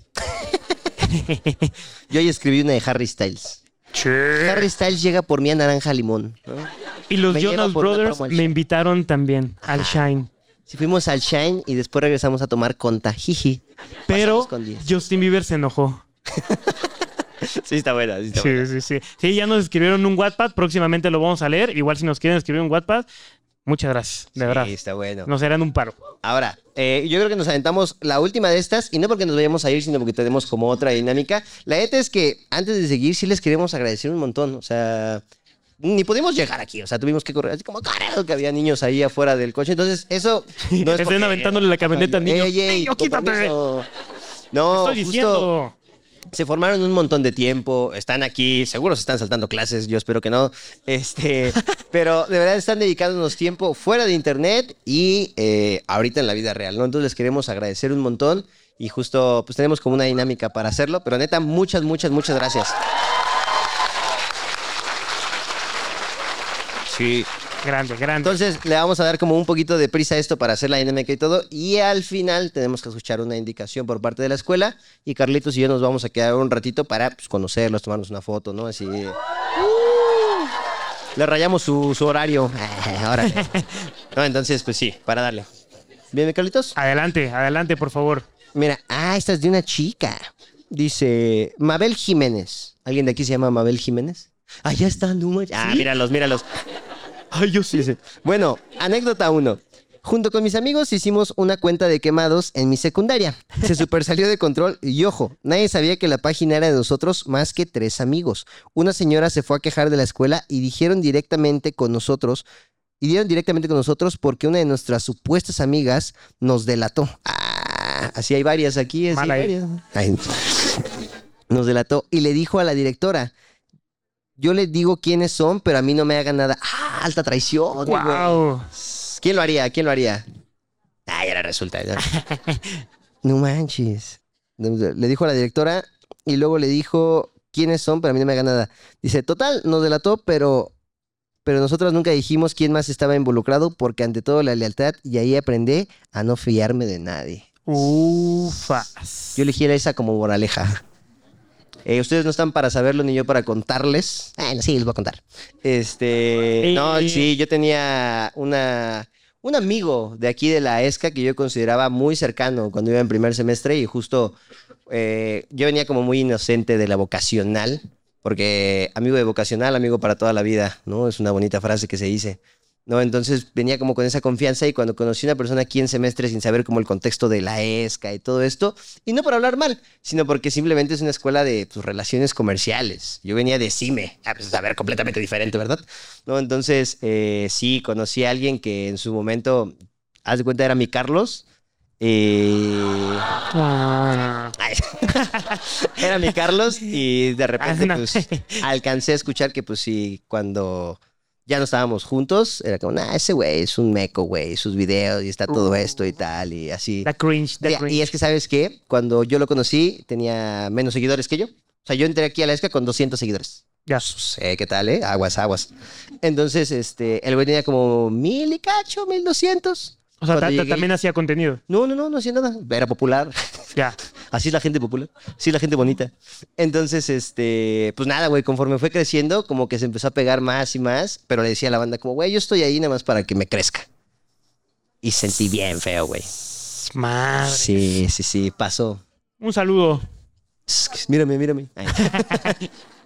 Yo ahí escribí una de Harry Styles. Harry Styles llega por mí a Naranja Limón. ¿no? Y los Me lleva Jonas por una Brothers promo al me Shine. Ah. invitaron también al Shine. Sí, fuimos al Shine y después regresamos a tomar conta. Jiji. Pero con diez. Justin Bieber se enojó. Sí, está buena, sí está Sí, sí, sí. Sí, ya nos escribieron un Wattpad. Próximamente lo vamos a leer. Igual si nos quieren escribir un Wattpad, muchas gracias. De verdad. Sí, está bueno. Nos harán un paro. Ahora, eh, yo creo que nos aventamos la última de estas, y no porque nos vayamos a ir, sino porque tenemos como otra dinámica. La neta es que antes de seguir, sí les queremos agradecer un montón. O sea, ni pudimos llegar aquí, o sea, tuvimos que correr así como correr, que había niños ahí afuera del coche. Entonces, eso no es. Estén porque- aventándole la camioneta al niño. Ey, ey, Niño, con quítate. permiso. No, Estoy justo diciendo. se formaron un montón de tiempo, están aquí, seguro se están saltando clases, yo espero que no. Este, pero de verdad están dedicándonos tiempo fuera de internet y eh, ahorita en la vida real, ¿no? Entonces les queremos agradecer un montón y justo pues tenemos como una dinámica para hacerlo, pero neta, muchas, muchas, muchas gracias. Sí. Grande, grande. Entonces le vamos a dar como un poquito de prisa a esto para hacer la dinámica y todo. Y al final tenemos que escuchar una indicación por parte de la escuela. Y Carlitos y yo nos vamos a quedar un ratito para pues, conocerlos, tomarnos una foto, ¿no? Así. Uh. Le rayamos su, su horario. Ahora. No, entonces, pues sí, para darle. ¿Bien, Carlitos? Adelante, adelante, por favor. Mira, ah, esta es de una chica. Dice Mabel Jiménez. ¿Alguien de aquí se llama Mabel Jiménez? Allá están, no manches. Ah, míralos, míralos. Ay, yo sí. sí. Bueno, anécdota uno. Junto con mis amigos hicimos una cuenta de quemados en mi secundaria. Se super salió de control y ojo, nadie sabía que la página era de nosotros más que tres amigos. Una señora se fue a quejar de la escuela y dijeron directamente con nosotros y dieron directamente con nosotros porque una de nuestras supuestas amigas nos delató. Ah, así hay varias aquí. así Mala, hay eh. varias. Ay, nos delató y le dijo a la directora, yo les digo quiénes son, pero a mí no me hagan nada. Ah, alta traición. güey. ¡Wow! ¿Quién lo haría? ¿Quién lo haría? Ah, ya resulta. ya. no manches. Le dijo a la directora y luego le dijo quiénes son, pero a mí no me haga nada. Dice, total, nos delató, pero, pero nosotros nunca dijimos quién más estaba involucrado porque ante todo la lealtad y ahí aprendí a no fiarme de nadie. Ufas. Yo elegiera esa como moraleja. Eh, ustedes no están para saberlo ni yo para contarles. Ah, sí, les voy a contar. Este, Eh, no, eh. sí, yo tenía una un amigo de aquí de la ESCA que yo consideraba muy cercano cuando iba en primer semestre y justo eh, yo venía como muy inocente de la vocacional, porque amigo de vocacional, amigo para toda la vida, ¿no? Es una bonita frase que se dice. No, entonces venía como con esa confianza y cuando conocí a una persona aquí en semestre sin saber como el contexto de la ESCA y todo esto, y no por hablar mal, sino porque simplemente es una escuela de pues, relaciones comerciales. Yo venía de CIME, a pues, a ver, completamente diferente, ¿verdad? No, entonces eh, sí, conocí a alguien que en su momento, haz de cuenta, era mi Carlos. eh, Ah. Ay. Era mi Carlos y de repente Ah, no. pues, alcancé a escuchar que pues sí, cuando ya no estábamos juntos, era como, nah, ese güey es un meco, güey, sus videos y está todo esto y tal y así. Da Uh. cringe, da Ya, cringe. Y es que, ¿sabes qué? Cuando yo lo conocí, tenía menos seguidores que yo. O sea, yo entré aquí a la ESCA con 200 seguidores. Ya. Pues, eh, ¿Qué tal, eh? Aguas, aguas. Entonces, este, el güey tenía como mil y cacho, 1200. O sea, Cuando ta- ta- llegué- también hacía contenido. No, no, no, no hacía nada. Era popular. Ya. Así es la gente popular, así es la gente bonita. Entonces, este, pues nada, güey, conforme fue creciendo, como que se empezó a pegar más y más, pero le decía a la banda como, güey, yo estoy ahí nada más para que me crezca. Y sentí bien feo, güey. Madre. Sí, sí, sí, pasó. Un saludo. Mírame, mírame. Ay.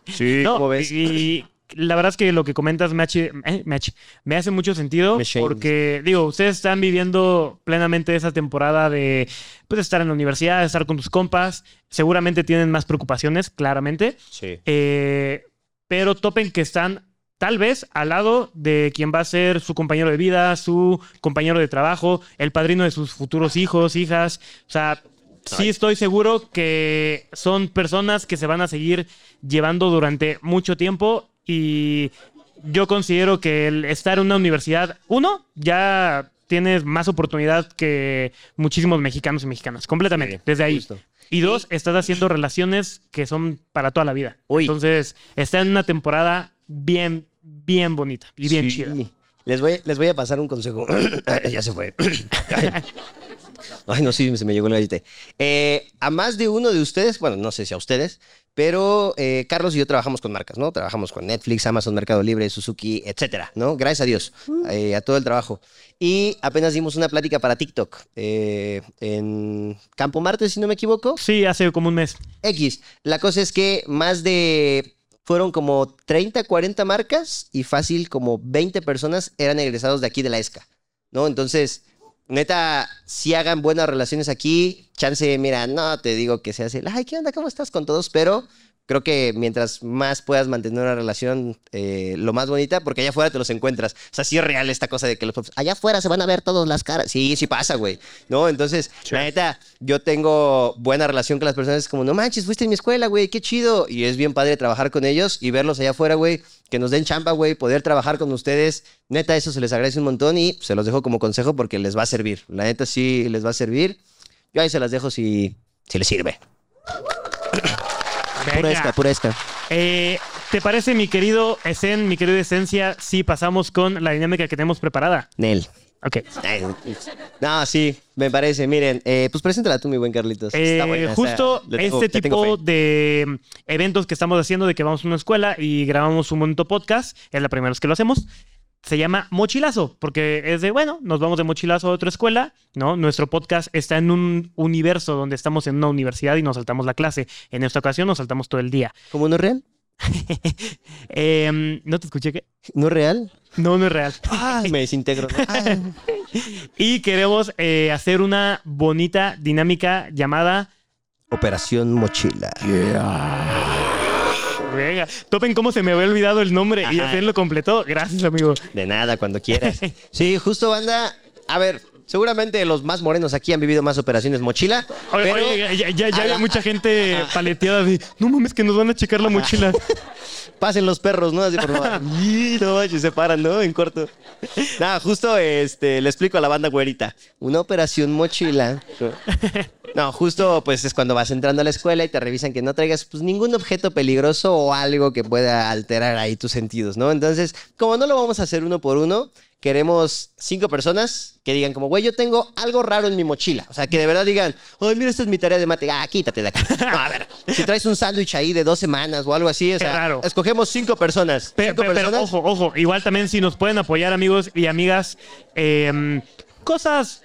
Sí, No, ¿cómo ves? Y la verdad es que lo que comentas me, hache- eh, me hache- me hace mucho sentido Me shames. porque, digo, ustedes están viviendo plenamente esa temporada de pues, estar en la universidad, estar con tus compas. Seguramente tienen más preocupaciones, claramente. Sí. Eh, pero topen que están tal vez al lado de quien va a ser su compañero de vida, su compañero de trabajo, el padrino de sus futuros hijos, hijas. O sea, sí estoy seguro que son personas que se van a seguir llevando durante mucho tiempo y yo considero que el estar en una universidad, uno, ya tienes más oportunidad que muchísimos mexicanos y mexicanas, completamente, Sí, desde ahí. justo. Y dos, estás haciendo relaciones que son para toda la vida. Uy. Entonces, está en una temporada bien, bien bonita y bien Sí. chida. Les voy, les voy a pasar un consejo. Ay, ya se fue. Ay. Ay, no, sí, se me llegó el gallete. Eh, a más de uno de ustedes, bueno, no sé si a ustedes, pero eh, Carlos y yo trabajamos con marcas, ¿no? Trabajamos con Netflix, Amazon, Mercado Libre, Suzuki, etcétera, ¿no? Gracias a Dios, eh, a todo el trabajo. Y apenas dimos una plática para TikTok eh, en Campo Marte, si no me equivoco. Sí, hace como un mes. X. La cosa es que más de. Fueron como 30, 40 marcas y fácil como 20 personas eran egresados de aquí de la E ESCA. ¿No? Entonces, neta, si hagan buenas relaciones aquí, chance, mira, no te digo que se hace. Ay, ¿qué onda? ¿Cómo estás con todos? Pero. Creo que mientras más puedas mantener una relación eh, lo más bonita, porque allá afuera te los encuentras. O sea, sí es real esta cosa de que los profes- allá afuera se van a ver todas las caras. Sí, sí pasa, güey. ¿No? Entonces, la neta, yo tengo buena relación con las personas. Es como, no manches, fuiste en mi escuela, güey, qué chido. Y es bien padre trabajar con ellos y verlos allá afuera, güey, que nos den chamba, güey, poder trabajar con ustedes. Neta, eso se les agradece un montón y se los dejo como consejo porque les va a servir. La neta, sí, les va a servir. Yo ahí se las dejo si, si les sirve. Pura Venga. esca, pura esca. Eh, ¿Te parece, mi querido Esen, mi querido Esencia, si pasamos con la dinámica que tenemos preparada? Nel. Ok. Ay, No, sí, me parece. Miren, eh, pues preséntala tú, mi buen Carlitos. Eh, Está buena, está- justo le tengo- este le tengo tipo fe. de mm, eventos que estamos haciendo, de que vamos a una escuela y grabamos un bonito podcast, es la primera vez que lo hacemos, se llama Mochilazo, porque es de, bueno, nos vamos de mochilazo a otra escuela, ¿no? Nuestro podcast está en un universo donde estamos en una universidad y nos saltamos la clase. En esta ocasión nos saltamos todo el día. ¿Cómo no es real? Em, ¿No te escuché qué? ¿No es real? No, no es real. Ah, me desintegro. ¿no? Ah. Y queremos eh, hacer una bonita dinámica llamada Operación Mochila. Venga, topen cómo se me había olvidado el nombre y Ajá. así lo completó. Gracias, amigo. De nada, cuando quieras. Sí, justo, banda. A ver, seguramente los más morenos aquí han vivido más operaciones mochila. Oye, pero oye, ya, ya, ya a había la- mucha gente paleteada de, no mames, que nos van a checar la mochila. pasen los perros, ¿no? Así por favor. Y no manches, se paran, ¿no? En corto. Nada, justo este, le explico a la banda güerita. Una operación mochila. No, justo pues es cuando vas entrando a la escuela y te revisan que no traigas pues ningún objeto peligroso o algo que pueda alterar ahí tus sentidos, ¿no? Entonces, como no lo vamos a hacer uno por uno, queremos cinco personas que digan como, güey, yo tengo algo raro en mi mochila. O sea, que de verdad digan, ay, mira, esta es mi tarea de mate. Ah, quítate de aquí. No, a ver, si traes un sándwich ahí de dos semanas o algo así, o sea, raro. escogemos Pues cinco personas. Pe- Cinco pe- pero, personas. ojo, ojo, igual también si nos pueden apoyar amigos y amigas, em, cosas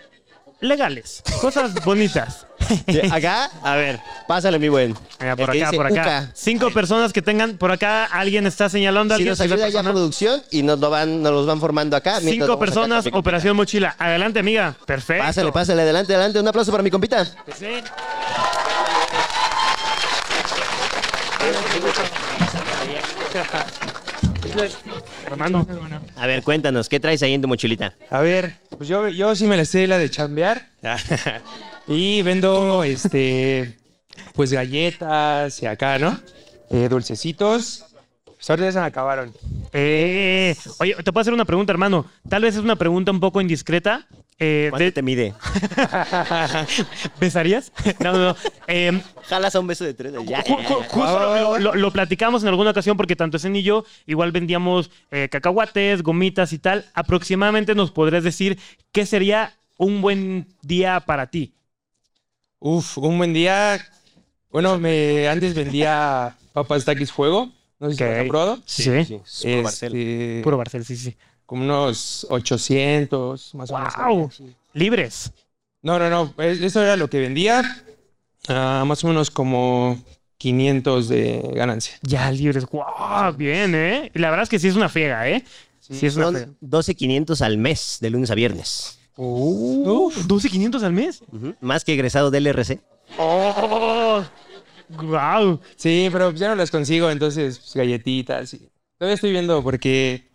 legales, cosas bonitas. Sí, Acá, a ver, pásale, mi buen. Mira, El por que acá, dice por acá. Uca. Cinco personas que tengan, por acá alguien está señalando a Si alguien. nos ayuda ya persona. producción y nos lo van, nos los van formando acá. mientras Cinco vamos acá personas, con mi compita. Operación Mochila. Adelante, amiga. Perfecto. Pásale, pásale, adelante, adelante. Un aplauso para mi compita. Sí. Armando. A ver, cuéntanos, ¿qué traes ahí en tu mochilita? A ver, pues yo, yo sí me la sé la de chambear. y vendo, este, pues galletas y acá, ¿no? Eh, dulcecitos. Pues ahorita se me acabaron. Eh, oye, te puedo hacer una pregunta, hermano. Tal vez es una pregunta un poco indiscreta. Eh, ¿Cuánto de- te mide? ¿Besarías? No, no, no. Em, Jalas a un beso de tres. Ya. Ju- ju- Justo lo, lo- lo platicamos en alguna ocasión porque tanto Zen y yo igual vendíamos eh, cacahuates, gomitas y tal. Aproximadamente nos podrías decir qué sería un buen día para ti. Uf, un buen día. Bueno, me antes vendía papas taquis fuego. No sé si lo Ok. has probado. Sí, Este, Puro Barcel, sí, sí. como unos 800, más o menos. al Guau. día. Libres. No, no, no. es- Eso era lo que vendía. Ah, más o menos como 500 de ganancia. Ya, libres. Guau, bien, ¿eh? Y La verdad es que sí es una fiega, ¿eh? Sí, es una fiega. Son 12.500 al mes, de lunes a viernes. Uh. Uf, 12.500 al mes. Ujú. Más que egresado del RC. ¡Oh! ¡Guau! Sí, pero pues ya no las consigo, entonces pues, galletitas. y- Todavía estoy viendo porque.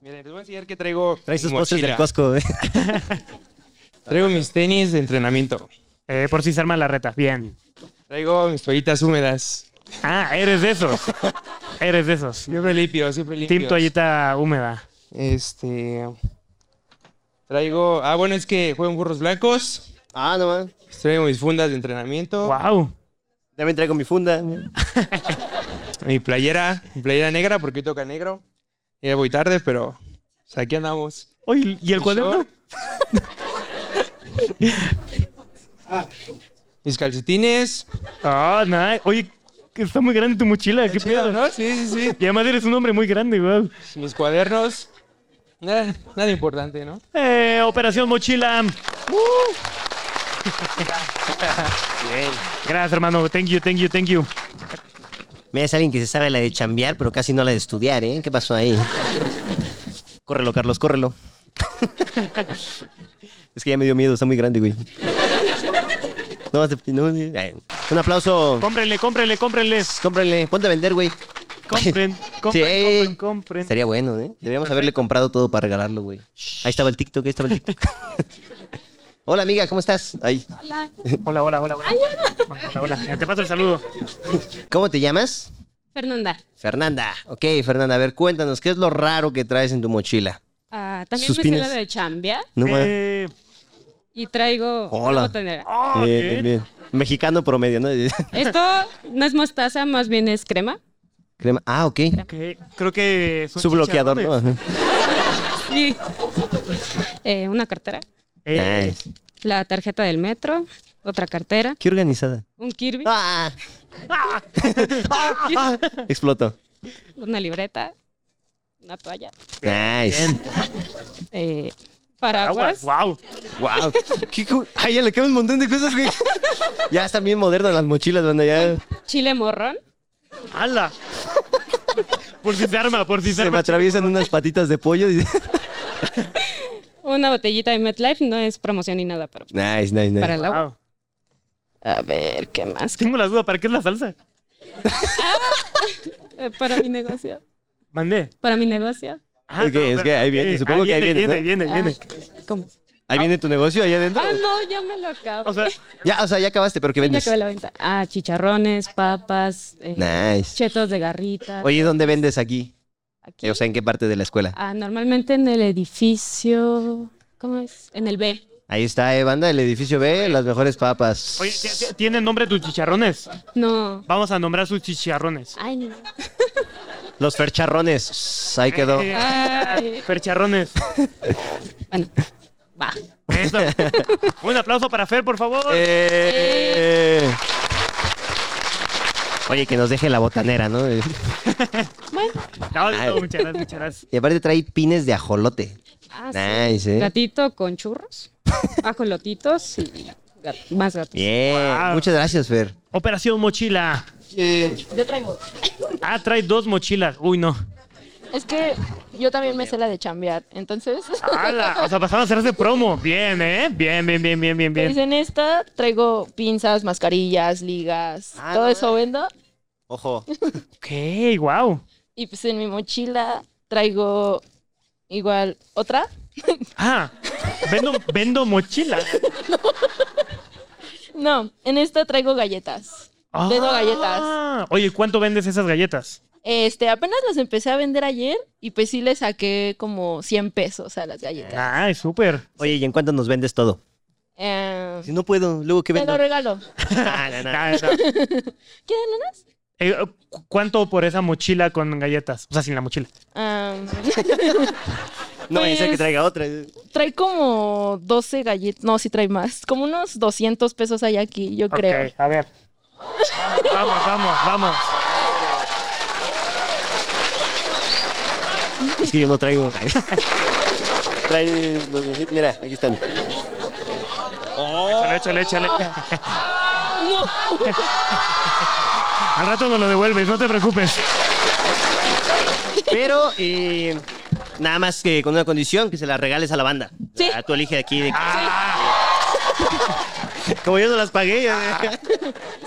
Miren, les voy a enseñar que traigo. Traes mi tus postres del mochila. Costco. ¿eh? Traigo mis tenis de entrenamiento. Eh, por si se arma la reta. Bien. Traigo mis toallitas húmedas. Ah, eres de esos. eres de esos. Siempre limpio, siempre limpio. Team toallita húmeda. Este. Traigo. Ah, bueno, es que juego en burros blancos. Pues Ah, no man. Traigo mis fundas de entrenamiento. Wow. También traigo mi funda. Mi playera. Mi playera negra, porque hoy toca negro. Ya voy tarde, pero. pues, aquí andamos. Oye, ¿y el Mi cuaderno? short. Mis calcetines. Ah, nada. Oye, que está muy grande tu mochila. Qué pedo. ¿no? Sí, sí, sí. Y además eres un hombre muy grande, wow. mis cuadernos. Nada, nada importante, ¿no? Eh, Operación Mochila. Uh. Gracias, hermano. Thank you, thank you, thank you. Mira, es alguien que se sabe la de chambear, pero casi no la de estudiar, ¿eh? ¿Qué pasó ahí? Córrelo, Carlos, córrelo. es que ya me dio miedo, está muy grande, güey. No, te- no, eh, un aplauso. Cómprenle, cómprenle, cómprenle. Cómprenle, ponte a vender, güey. Compren, Sí. compren, compren, compren. Estaría bueno, ¿eh? Deberíamos haberle comprado todo para regalarlo, güey. Ahí estaba el TikTok, ahí estaba el TikTok. Hola, amiga, ¿cómo estás? Ay, Hola, hola, hola, hola. Hola, hola. Mira, Te paso el saludo. ¿Cómo te llamas? Fernanda, Fernanda. Ok, Fernanda, a ver, cuéntanos, ¿qué es lo raro que traes en tu mochila? ah, también Suspinas. me sé la de chambia No, ma- Eh, y traigo una Hola. botanera. ah, Bien, bien. bien, bien. Mexicano promedio, ¿no? Esto no es mostaza, más bien es crema. Crema. Ah, ok. Ok, Creo que son Su bloqueador, chicharrones. ¿no? Ajá. Y, eh, una cartera, Eh, Nice. la tarjeta del metro, otra cartera, Qué organizada. un Kirby, Ah. Explotó. una libreta, una toalla, Nice. eh, aguas. paraguas. Wow. Wow. Qué cool. Ay, ya le cabe un montón de cosas, güey. Ya están bien modernas las mochilas, banda. Ya Chile morrón. ¡Hala! Por si se arma, por si se, se me arma. atraviesan unas patitas de pollo. y- Una botellita de MetLife no es promoción ni nada, pero Nice, nice, nice. para el agua. Wow. A ver, ¿qué más? Tengo la duda, ¿para qué es la salsa? Eh, Para mi negocio. Mandé. Para mi negocio. Ah, Es que- es pero- que ahí viene, eh, supongo que ahí viene, Viene, ¿no? viene, viene. Ah, ¿Cómo? ¿Ahí viene tu negocio ahí adentro? Ah, no, ya me lo acabo. O sea, Ya, o sea, ya acabaste, pero ¿qué Ya vendes? acabé la venta. Ah, chicharrones, papas, eh, Nice. chetos de garrita. Oye, ¿dónde vendes aquí? Eh, aquí. O sea, ¿en qué parte de la escuela? Ah, normalmente en el edificio. ¿Cómo es? En el B. Ahí está, eh, banda, el edificio B, las mejores papas. oye, ¿t- t- ¿tienen nombre tus chicharrones? No. Vamos a nombrar sus chicharrones. Ay, no. Los fercharrones. Ahí quedó. Eh, Ay. Fercharrones. Bueno, va. Eso. Un aplauso para Fer, por favor. Eh. Oye, que nos deje la botanera, ¿no? Eh, No, no, muchas gracias, muchas gracias. Y aparte trae pines de ajolote. Ah, sí. Nice, eh. Gatito con churros, ajolotitos y gat- más gatos. Bien. Muchas gracias, Fer. Operación Mochila. Yo traigo. Ah, trae dos mochilas. Uy, no. Es que yo también me sé la de chambear, entonces. ¡Hala! O sea, pasaron a hacerse promo. Bien, ¿eh? Bien, bien, bien, bien, bien, Pues en bien. esta traigo pinzas, mascarillas, ligas, Ah, todo no eso vendo. Ojo. Ok, wow. Y pues en mi mochila traigo igual otra. Ah, vendo, vendo mochilas. No, en esta traigo galletas. Ah. Vendo galletas. Ah. Oye, ¿cuánto vendes esas galletas? Este, apenas las empecé a vender ayer y pues sí le saqué como 100 pesos a las galletas. Ay, súper. Oye, ¿y en cuánto nos vendes todo? Ah. Pues Eh, Si no puedo, luego que te vendo. lo regalo. Ah, está. ¿Quieren unas? Eh, ¿cu- ¿Cuánto por esa mochila con galletas? O sea, sin la mochila. Ah, No vaya a ser que Pues- traiga otra. trae como 12 galletas. No, sí trae más. Como unos 200 pesos hay aquí, yo creo. Ok, a ver. Vamos, vamos, vamos. Es que yo no traigo. Trae los- Mira, aquí están. Oh. Échale, échale, échale. Al rato nos lo devuelves, no te preocupes. Pero eh, nada más que con una condición, que se las regales a la banda. Sí. Ah, tú elige de aquí. de- Como yo no las pagué. yo- Ah.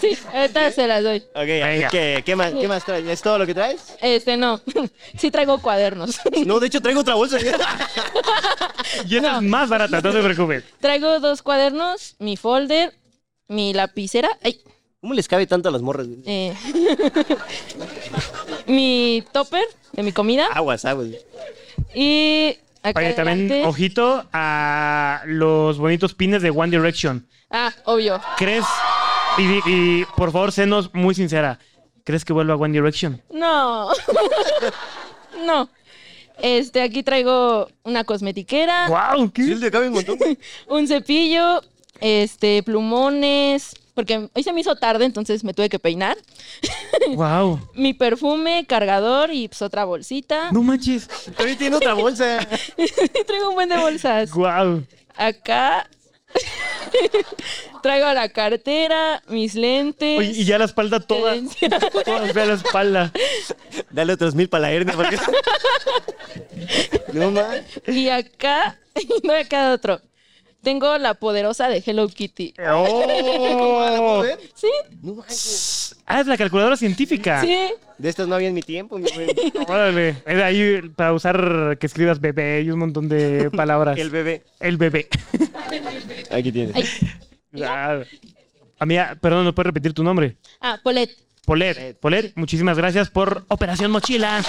Sí, ahorita se las doy. Ok, así que, ¿qué, más, ¿qué más traes? ¿Es todo lo que traes? Este, no. Sí traigo cuadernos. No, de hecho traigo otra bolsa. Y esa es más barata, no te preocupes. Traigo dos cuadernos, mi folder, mi lapicera. Ay, ¿Cómo les cabe tanto a las morras? eh, mi topper de mi comida. ah. Aguas, aguas. Y acá Oye, también adelante- ojito a los bonitos pines de One Direction. Ah, obvio. ¿Crees? Y, di- y, por favor, senos muy sincera. ¿Crees que vuelva a One Direction? No. no. Este, aquí traigo una cosmetiquera, ¡Wow! ¿qué? le cabe un montón. un cepillo, este, plumones, porque hoy se me hizo tarde, entonces me tuve que peinar. ¡Wow! Mi perfume, cargador y pues otra bolsita. ¡No manches! También tiene otra bolsa. traigo un buen de bolsas. ¡Wow! Acá traigo la cartera, mis lentes. Oye, y ya la espalda toda. Herencia. Toda fea la espalda. Dale otros mil para la hernia. Porque... no, ma. Y acá, no me queda otro. Tengo la poderosa de Hello Kitty. ¡Oh! ¿Sí? No manches. Ah, es la calculadora científica. Sí. De estas no había en mi tiempo, mi güey. Órale. Era ahí para usar que escribas bebé y un montón de palabras. El bebé. El bebé. Aquí tiene. Wow. Amiga, perdón, ¿no puedes repetir tu nombre? Ah, Polet. Polet. Polet, muchísimas gracias por Operación Mochila.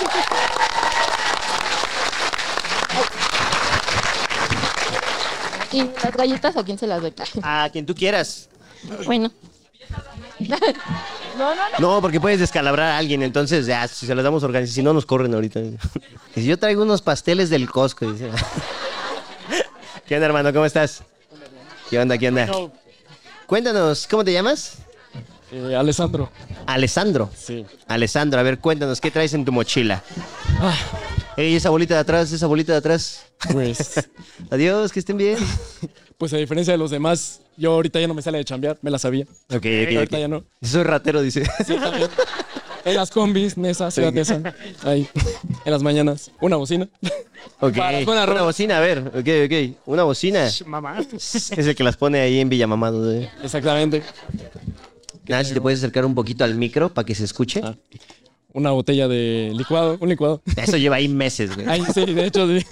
¿Y las galletas a quién se las doy? A Ah, quien tú quieras. Bueno. no, no, no. No, porque puedes descalabrar a alguien, entonces ya, si se las damos organizadas, si no nos corren ahorita. Dice, yo traigo unos pasteles del Costco. dice. ¿Qué onda, hermano? ¿Cómo estás? ¿Qué onda? ¿Qué onda? Cuéntanos, ¿cómo te llamas? Eh, Alessandro. Alessandro. Sí. Alessandro, a ver, cuéntanos, ¿qué traes en tu mochila? Ah. Ey, esa bolita de atrás, esa bolita de atrás. Pues, Adiós, que estén bien. pues a diferencia de los demás, yo ahorita ya no me sale de chambear, me la sabía. Eh, Ok, ok, ahorita ok. ya no. Soy ratero, dice. Sí, también. En las combis, Nesa, Ciudad Nesa. Ahí. En las mañanas. Una bocina. Ok. Para- con la Una ropa. bocina, a ver. Ok, ok. Una bocina. Mamá. Es el que las pone ahí en Villamamado. ¿eh? Exactamente. Nada, si te puedes acercar un poquito al micro para que se escuche. Ah. Una botella de licuado, un licuado. Eso lleva ahí meses, güey. Ay, sí, de hecho, sí.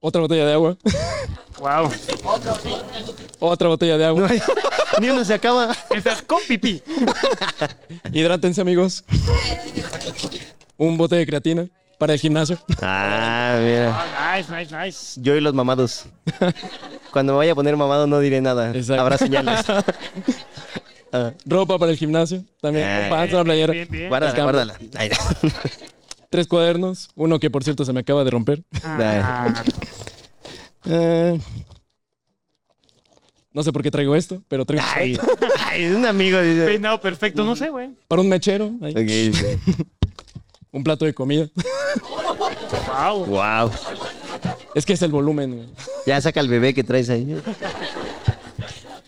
Otra botella de agua. Wow. Otra botella de agua. Ni uno se acaba. Estás con pipí. Hidrátense, amigos. Un bote de creatina para el gimnasio. Ah, mira. Ah, nice, nice, nice. Yo y los mamados. Cuando me vaya a poner mamado no diré nada. Habrá señales. Ah. Ropa para el gimnasio también. Ah, Pants, una playera. bien, bien. Guárdala, Escama. guárdala. Ay, Tres cuadernos. Uno que, por cierto, se me acaba de romper. Ah. Eh, no sé por qué traigo esto, pero traigo Ay, ay, es un amigo. Dice. Peinado perfecto, no sé, güey. para un mechero. ahí. Un plato de comida. Wow. Wow. Es que es el volumen. güey. Ya saca el bebé que traes ahí.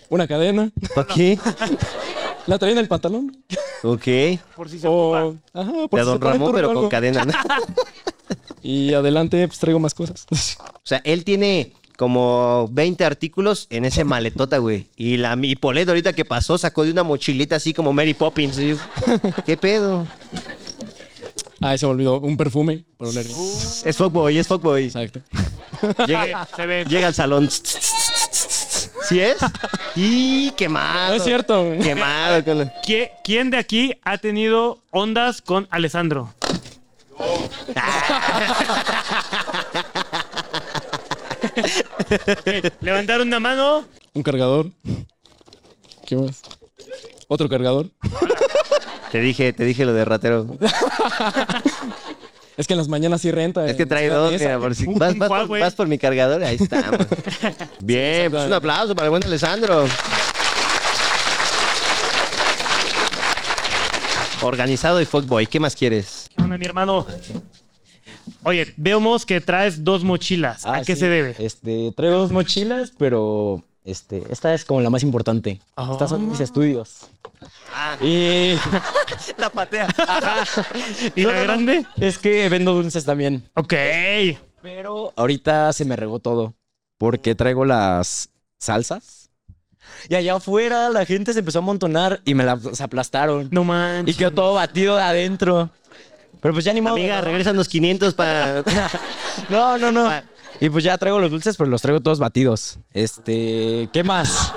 Una cadena. ¿Para qué? La traía en el pantalón. Ok. De Por si se O, ocupa. ajá, por si se Don pone Ramón, turbio pero algo. con cadena. ¿no? Y adelante, pues traigo más cosas. O sea, él tiene como 20 artículos en ese maletota, güey. Y la mi Polet ahorita que pasó sacó de una mochilita así como Mary Poppins. Y yo, ¿Qué pedo? Ah, se me olvidó. Un perfume. Para oler bien. Es fuckboy, es fuckboy. Exacto. Llega, Se ve. llega al salón. ¿Sí es? Y quemado. No es cierto. güey. Quemado. con la- ¿Qui- ¿Quién de aquí ha tenido ondas con Alessandro? Ok, Levantar una mano. Un cargador. ¿Qué más? Otro cargador. Te dije, te dije lo de ratero. Es que en las mañanas sí renta. Es que en trae esta dos, pieza. mira, por si. Vas, vas por, Huawei. vas por mi cargador, ahí está. man. Bien, pues un aplauso para el buen Alessandro. Organizado y fuckboy, ¿qué más quieres? ¿Qué onda, mi hermano? Oye, vemos que traes dos mochilas. ¿A Ah, qué sí. se debe? Este, traigo dos mochilas, pero este, esta es como la más importante. Ah. Estas son mis estudios. Y La patea. ¿Y la grande? es que vendo dulces también. Ok. Pero ahorita se me regó todo. Porque traigo las salsas. Y allá afuera la gente se empezó a amontonar y me las aplastaron. No Y manches. quedó todo batido de adentro. Pero pues ya ni modo. Amiga, regresan los 500 para. No, no, no. Y pues ya traigo los dulces, pero los traigo todos batidos. Este, ¿qué más?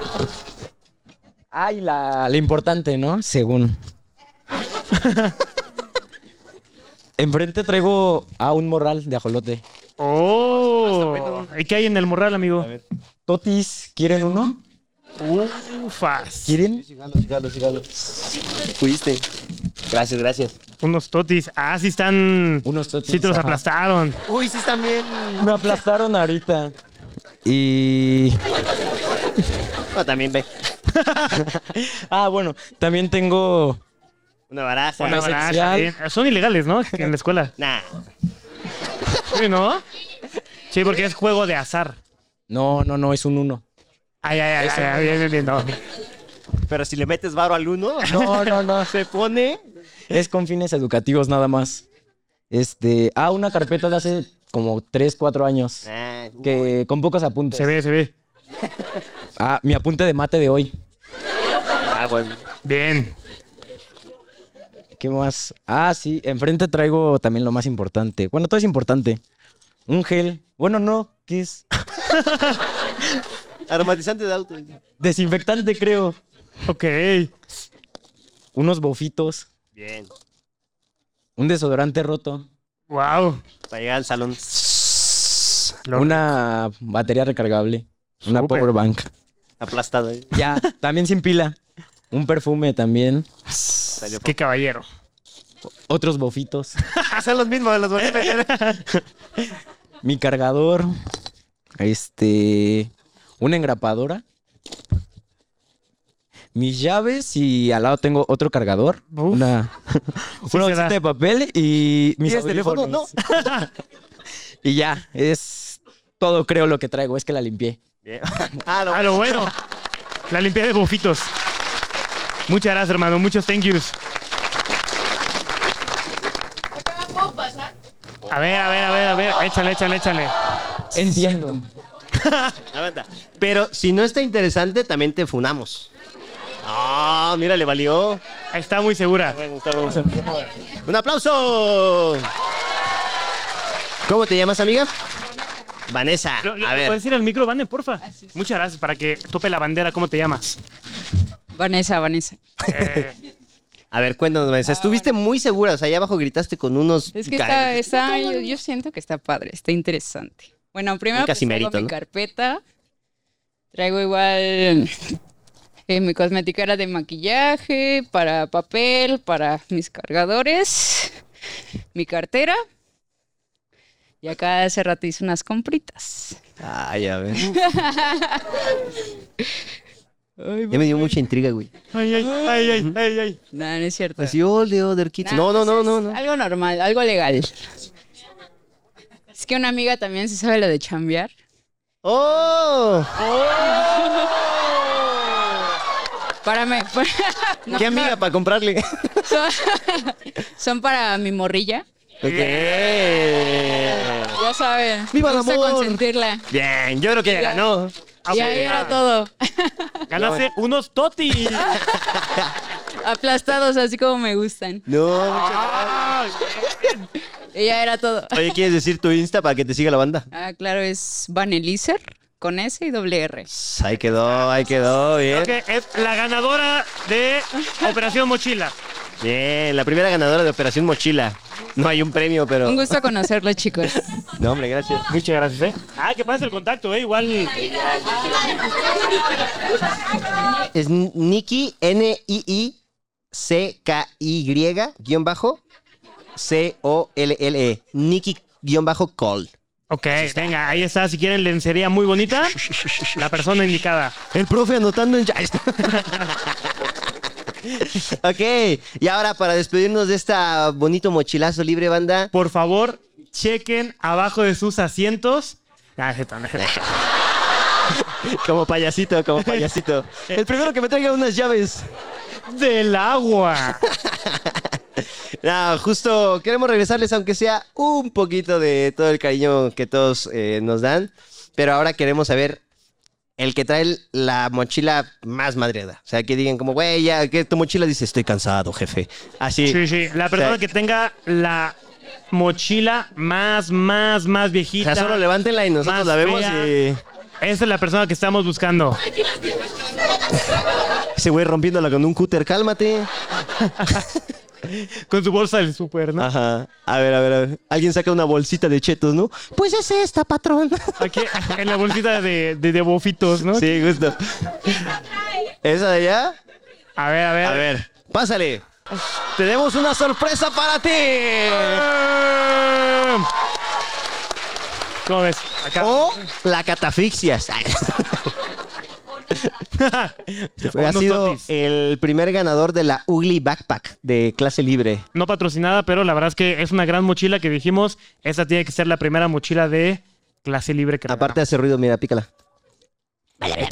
Ay, la, la importante, ¿no? Según. Enfrente traigo a un morral de ajolote. Oh. ¿Y qué hay en el morral, amigo? Totis, ¿quieren uno? Ufas. ¿Quieren? Fuiste. Gracias, gracias. Unos totis. Ah, sí están. Unos totis. Sí te los ajá. aplastaron. Uy, sí, también. Me aplastaron ahorita. Y. No, también ve. Ah, bueno, también tengo. Una baraja. Una baraja, sexual. bien. Son ilegales, ¿no? En la escuela. Nah. Sí, ¿no? Sí, porque es juego de azar. No, no, no, es un uno. Ay, ay, ay, ay, ay, bien, bien, bien, no. Pero si le metes varo al uno, No, no, no. se pone. Es con fines educativos nada más. Este. Ah, una carpeta de hace como 3, 4 años. Ah, Que con pocos apuntes. Se ve, se ve. Ah, mi apunte de mate de hoy. ah, bueno. Bien. ¿Qué más? Ah, sí, enfrente traigo también lo más importante. Bueno, todo es importante. Un gel. Bueno, no, ¿qué es? Aromatizante de auto. Desinfectante, creo. Ok. Unos bofitos. Bien. Un desodorante roto. Wow. Para llegar al salón. Una batería recargable. Una Súper. power bank. Aplastado. ¿eh? Ya, también sin pila. Un perfume también. Salió Qué caballero. Otros bofitos. Son los mismos, los voy a meter. Mi cargador. Este. Una engrapadora. Mis llaves y al lado tengo otro cargador. Uf. Una, se una bolsita da. de papel y mis ¿Tienes teléfono? audífonos. y ya, es todo creo lo que traigo. Es que la limpié. Bien. Ah, lo- A lo bueno. La limpieza de bufitos. Muchas gracias, hermano. Muchos thank yous. A ver, a ver, a ver, a ver. Échale, échale, échale. Entiendo. aguanta. Pero si no está interesante, también te funamos. Ah, mira, le valió. Está muy segura. Un aplauso. ¿Cómo te llamas, amiga? Vanessa. A ver. ¿Puedes ir al micro, Vane, porfa? Muchas gracias para que tope la bandera. ¿Cómo te llamas? Eh. Vanessa, Vanessa. A ver, cuéntanos, Vanessa. Estuviste muy segura, o sea, allá abajo gritaste con unos. Es que ca- está, está- yo, yo siento que está padre, está interesante. Bueno, primero Un pues, casimerito, traigo mi ¿no? carpeta, traigo igual eh, mi cosmeticara de maquillaje, para papel, para mis cargadores, mi cartera. Y acá hace rato hice unas compritas. Ay, a ver. Ya me dio mucha intriga, güey. Ay, ay, ay, ay, ay, ay. No, no es cierto. Así, all the other kids. No, no, no, no, no. Algo normal, algo legal. Es que una amiga también se sabe lo de chambear. Oh. ¡Oh! Párame. pa- No, ¿Qué amiga para comprarle? Son, son para mi morrilla. Ok. Ya saben. ¡Viva me el gusta amor! Ah, consentirla. Bien, yo creo que ya ganó. Y ahí era todo. Ganaste unos totis. Aplastados, así como me gustan. No. Y ya era todo. Oye, ¿quieres decir tu Insta para que te siga la banda? Ah, claro, es Vanelizer con S y doble R. Pues Ahí quedó, ahí quedó, bien. Que es la ganadora de Operación Mochila. Bien, la primera ganadora de Operación Mochila. No hay un premio, pero. Un gusto conocerlos, chicos. No, hombre, gracias. Muchas gracias, ¿eh? Ah, que pasa el contacto, ¿eh? Igual. Es Nikki, N-I-I-C-K-Y, guión bajo, C-O-L-L-E. Nikki, guión bajo, call. Ok, venga, ahí está. Si quieren lencería muy bonita, la persona indicada. El este. profe anotando en... Ok, y ahora para despedirnos de esta bonito mochilazo libre, banda. Por favor, chequen abajo de sus asientos. Ah, ese también. como payasito, como payasito. El primero que me traiga unas llaves. Del agua. No, justo queremos regresarles, aunque sea un poquito de todo el cariño que todos eh, nos dan. Pero ahora queremos saber el que trae la mochila más madreada. O sea, que digan como, güey, ya, que tu mochila dice, estoy cansado, jefe. Así. Sí, sí. La persona O sea, que tenga la mochila más, más, más viejita. O sea, solo levántenla y nosotros la vemos y- Esa es la persona que estamos buscando. Ese güey rompiéndola con un cúter, cálmate. con su bolsa del súper, ¿no? Ajá. A ver, a ver, a ver. Alguien saca una bolsita de chetos, ¿no? Pues es esta, patrón. Aquí, en la bolsita de, de, de bofitos, ¿no? Sí, justo. ¿Esa de allá? A ver, a ver. A ver, pásale. Tenemos una sorpresa para ti. ¿Cómo ves? O la catafixias. Fue- ha Unos sido el primer ganador de la Ugly Backpack de clase libre. No patrocinada, pero la verdad es que es una gran mochila que dijimos, esa tiene que ser la primera mochila de clase libre que Aparte hace ruido, mira, pícala. regalamos.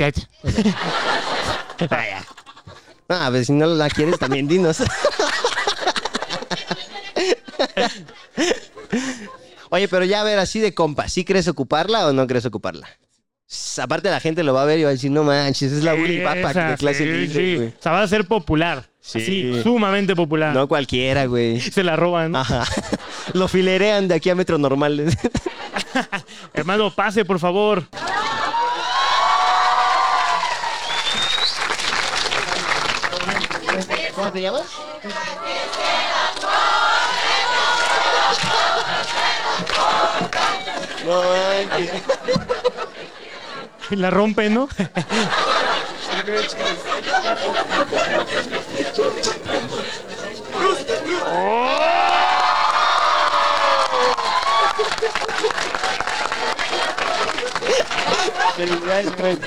Ah, a ver, si no la quieres, también dinos. Oye, pero ya a ver, así de compa, ¿sí crees ocuparla o no crees ocuparla? S- Aparte la gente lo va a ver y va a decir, no manches, es la Ugly Backpack Esa, de clase sí, libre, sí. güey". O sea, va a ser popular. Sí. sumamente popular. No cualquiera, güey. Se la roban. Ajá. Lo filerean de aquí a metro normal. Hermano, pase, por favor. ¿Cómo te llamas? No manches. La rompe, ¿no? Felicidades,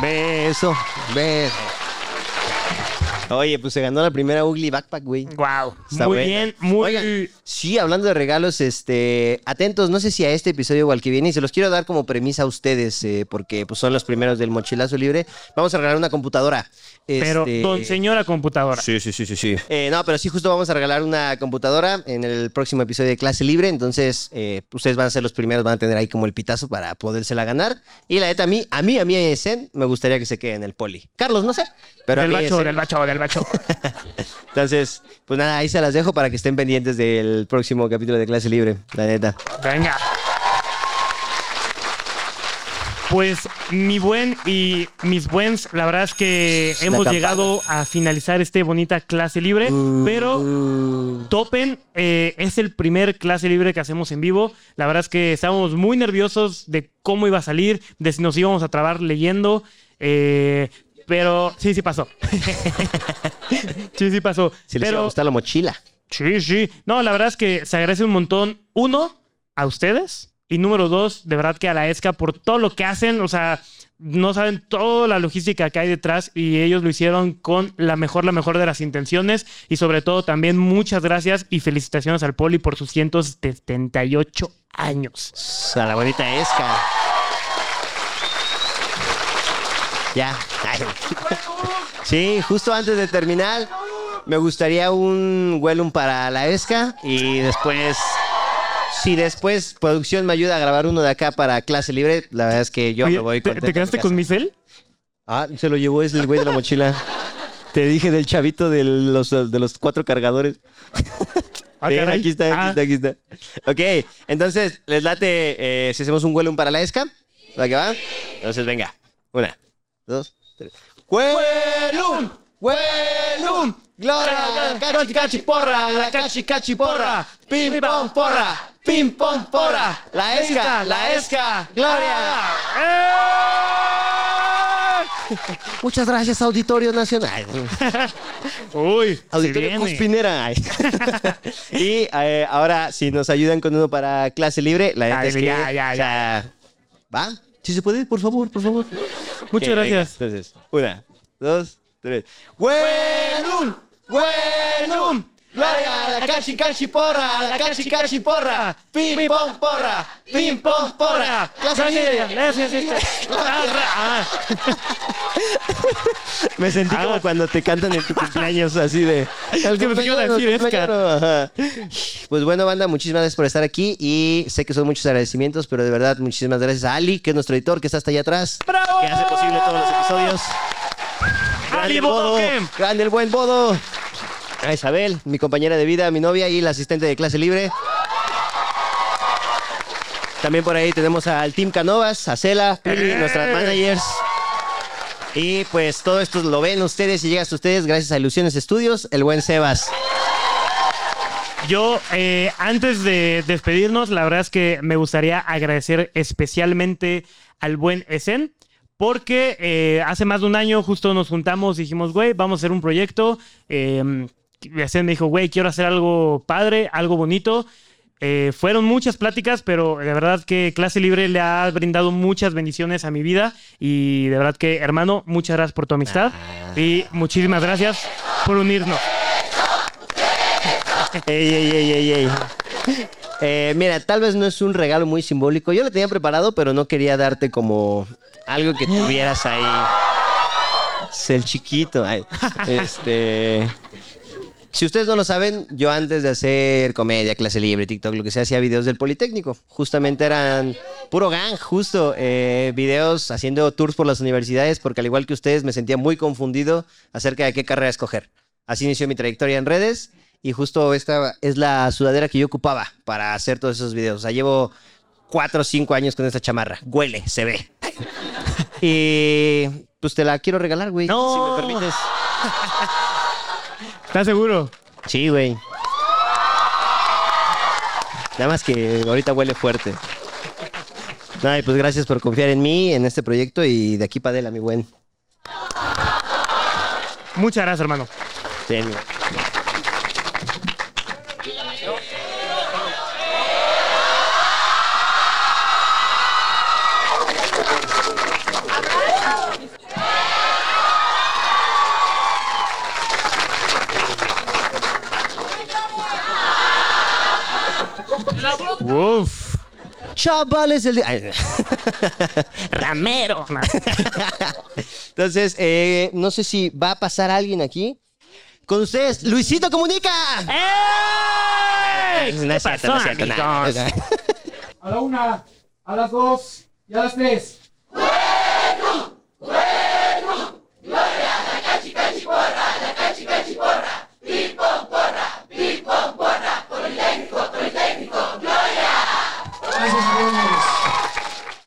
Beso, beso. Oye, pues se ganó la primera Ugly Backpack, güey. Wow. Muy bien, muy Sí, hablando de regalos, este, atentos, no sé si a este episodio o al que viene, y se los quiero dar como premisa a ustedes, eh, porque pues, son los primeros del mochilazo libre. Vamos a regalar una computadora. Pero Este, don señora computadora. Sí, sí, sí, sí, sí. Eh, no, pero sí, justo vamos a regalar una computadora en el próximo episodio de Clase Libre. Entonces, eh, ustedes van a ser los primeros, van a tener ahí como el pitazo para podérsela ganar. Y la neta, a mí, a mí, a mí, a Zen, me gustaría que se quede en el poli. Carlos, no sé. Pero ¿eh? a del mí, bacho, Zen. del bacho, del bacho. Entonces, pues nada, ahí se las dejo para que estén pendientes del próximo capítulo de Clase Libre. La neta. Venga. Pues mi buen y mis buens, la verdad es que La hemos campana. Uh. llegado a finalizar este bonita clase libre, pero topen, eh, es el primer clase libre que hacemos en vivo. La verdad es que estábamos muy nerviosos de cómo iba a salir, de si nos íbamos a trabar leyendo, eh, pero sí, sí pasó. sí, sí pasó. Si les iba a gustar la mochila. Sí, sí. No, la verdad es que se agradece un montón. Uno, a ustedes. Y número dos, de verdad que a la ESCA por todo lo que hacen. O sea, no saben toda la logística que hay detrás y ellos lo hicieron con la mejor, la mejor de las intenciones. Y sobre todo también muchas gracias y felicitaciones al Poli por sus 178 años. A la bonita ESCA. Ya. Sí, justo antes de terminar, me gustaría un Wellum para la E ESCA y después. Si después producción me ayuda a grabar uno de acá para clase libre, la verdad es que yo Oye, me voy ¿te- contento ¿Te a quedaste mi con casa. mi cel? Ah, se lo llevó es el güey de la mochila. Te dije del chavito de los, de los cuatro cargadores. Ah, Ven, caray. aquí está, aquí está, aquí está. Ok, entonces, les late eh, si hacemos un huelum para la esca. ¿La que va? Entonces, venga. Una, dos, tres. ¡Huelum! ¡Huelum! ¡Gloria! ¡Cachi, cachi, porra! ¡La cachi, cachi, porra! ¡Pim, pom, porra! ¡Pim, pom, porra! ¡La esca! ¡La esca! ¡Gloria! Muchas gracias, Auditorio Nacional. Uy, Auditorio viene. Cuspinera. Ay. y eh, ahora, si nos ayudan con uno para clase libre, la neta Ay, es que. ya, ya, o sea, ¿Va? Si se puede, por favor, por favor. Muchas Ok, venga, gracias. entonces, una, dos, tres. ¡Huelum! ¡Huelum! ¡Gloria! ¡La cachi, cachi, porra! ¡La cachi, cachi, porra! ¡Pim, pom, porra! ¡Pim, pom, porra! ¡Clase libre! Gracias, gracias. Ah, Me sentí como cuando te cantan en tu cumpleaños, así de. Es Ah. que me iba a decir, "El Edgar". cumpleañero, ajá. Pues bueno, banda, muchísimas gracias por estar aquí y sé que son muchos agradecimientos, pero de verdad, muchísimas gracias a Ali, que es nuestro editor, que está hasta allá atrás. Que hace posible todos los episodios. ¡Ali Bodo! ¡Grande el buen Bodo! A Isabel, mi compañera de vida, mi novia y la asistente de clase libre. También por ahí tenemos al Team Canovas, a Cela, Pili, nuestras managers. Y pues todo esto lo ven ustedes y llega a ustedes gracias a Ilusiones Estudios, el buen Sebas. Yo, eh, antes de despedirnos, la verdad es que me gustaría agradecer especialmente al buen Esen, porque eh, hace más de un año justo nos juntamos y dijimos, güey, vamos a hacer un proyecto. Eh, Esen me dijo, güey, quiero hacer algo padre, algo bonito. Eh, fueron muchas pláticas, pero de verdad que Clase Libre le ha brindado muchas bendiciones a mi vida. Y de verdad que, hermano, muchas gracias por tu amistad. Y muchísimas gracias por unirnos. Ey, ey, ey, ey, ey. Eh, mira, tal vez no es un regalo muy simbólico. Yo lo tenía preparado, pero no quería darte como algo que tuvieras ahí. Es el chiquito. ay. Este. Si ustedes no lo saben, yo antes de hacer comedia, clase libre, TikTok, lo que sea, hacía videos del Politécnico. Justamente eran puro gang, justo. eh, videos haciendo tours por las universidades, porque al igual que ustedes me sentía muy confundido acerca de qué carrera escoger. Así inició mi trayectoria en redes y justo esta es la sudadera que yo ocupaba para hacer todos esos videos. O sea, llevo cuatro o cinco años con esta chamarra. Huele, se ve. y pues te la quiero regalar, güey. No. Si me permites. ¿Estás seguro? Sí, güey. Nada más que ahorita huele fuerte. Nada, y pues gracias por confiar en mí, en este proyecto y de aquí para adelante, mi buen. Muchas gracias, hermano. Sí, mi- Uf. Chavales, el de... Ay, Ramero. Entonces, eh, no sé si va a pasar alguien aquí. Con ustedes, Luisito Comunica. ¡Eh! No es cierto, no es cierto, no, no, no. A la una, a las dos y a las tres.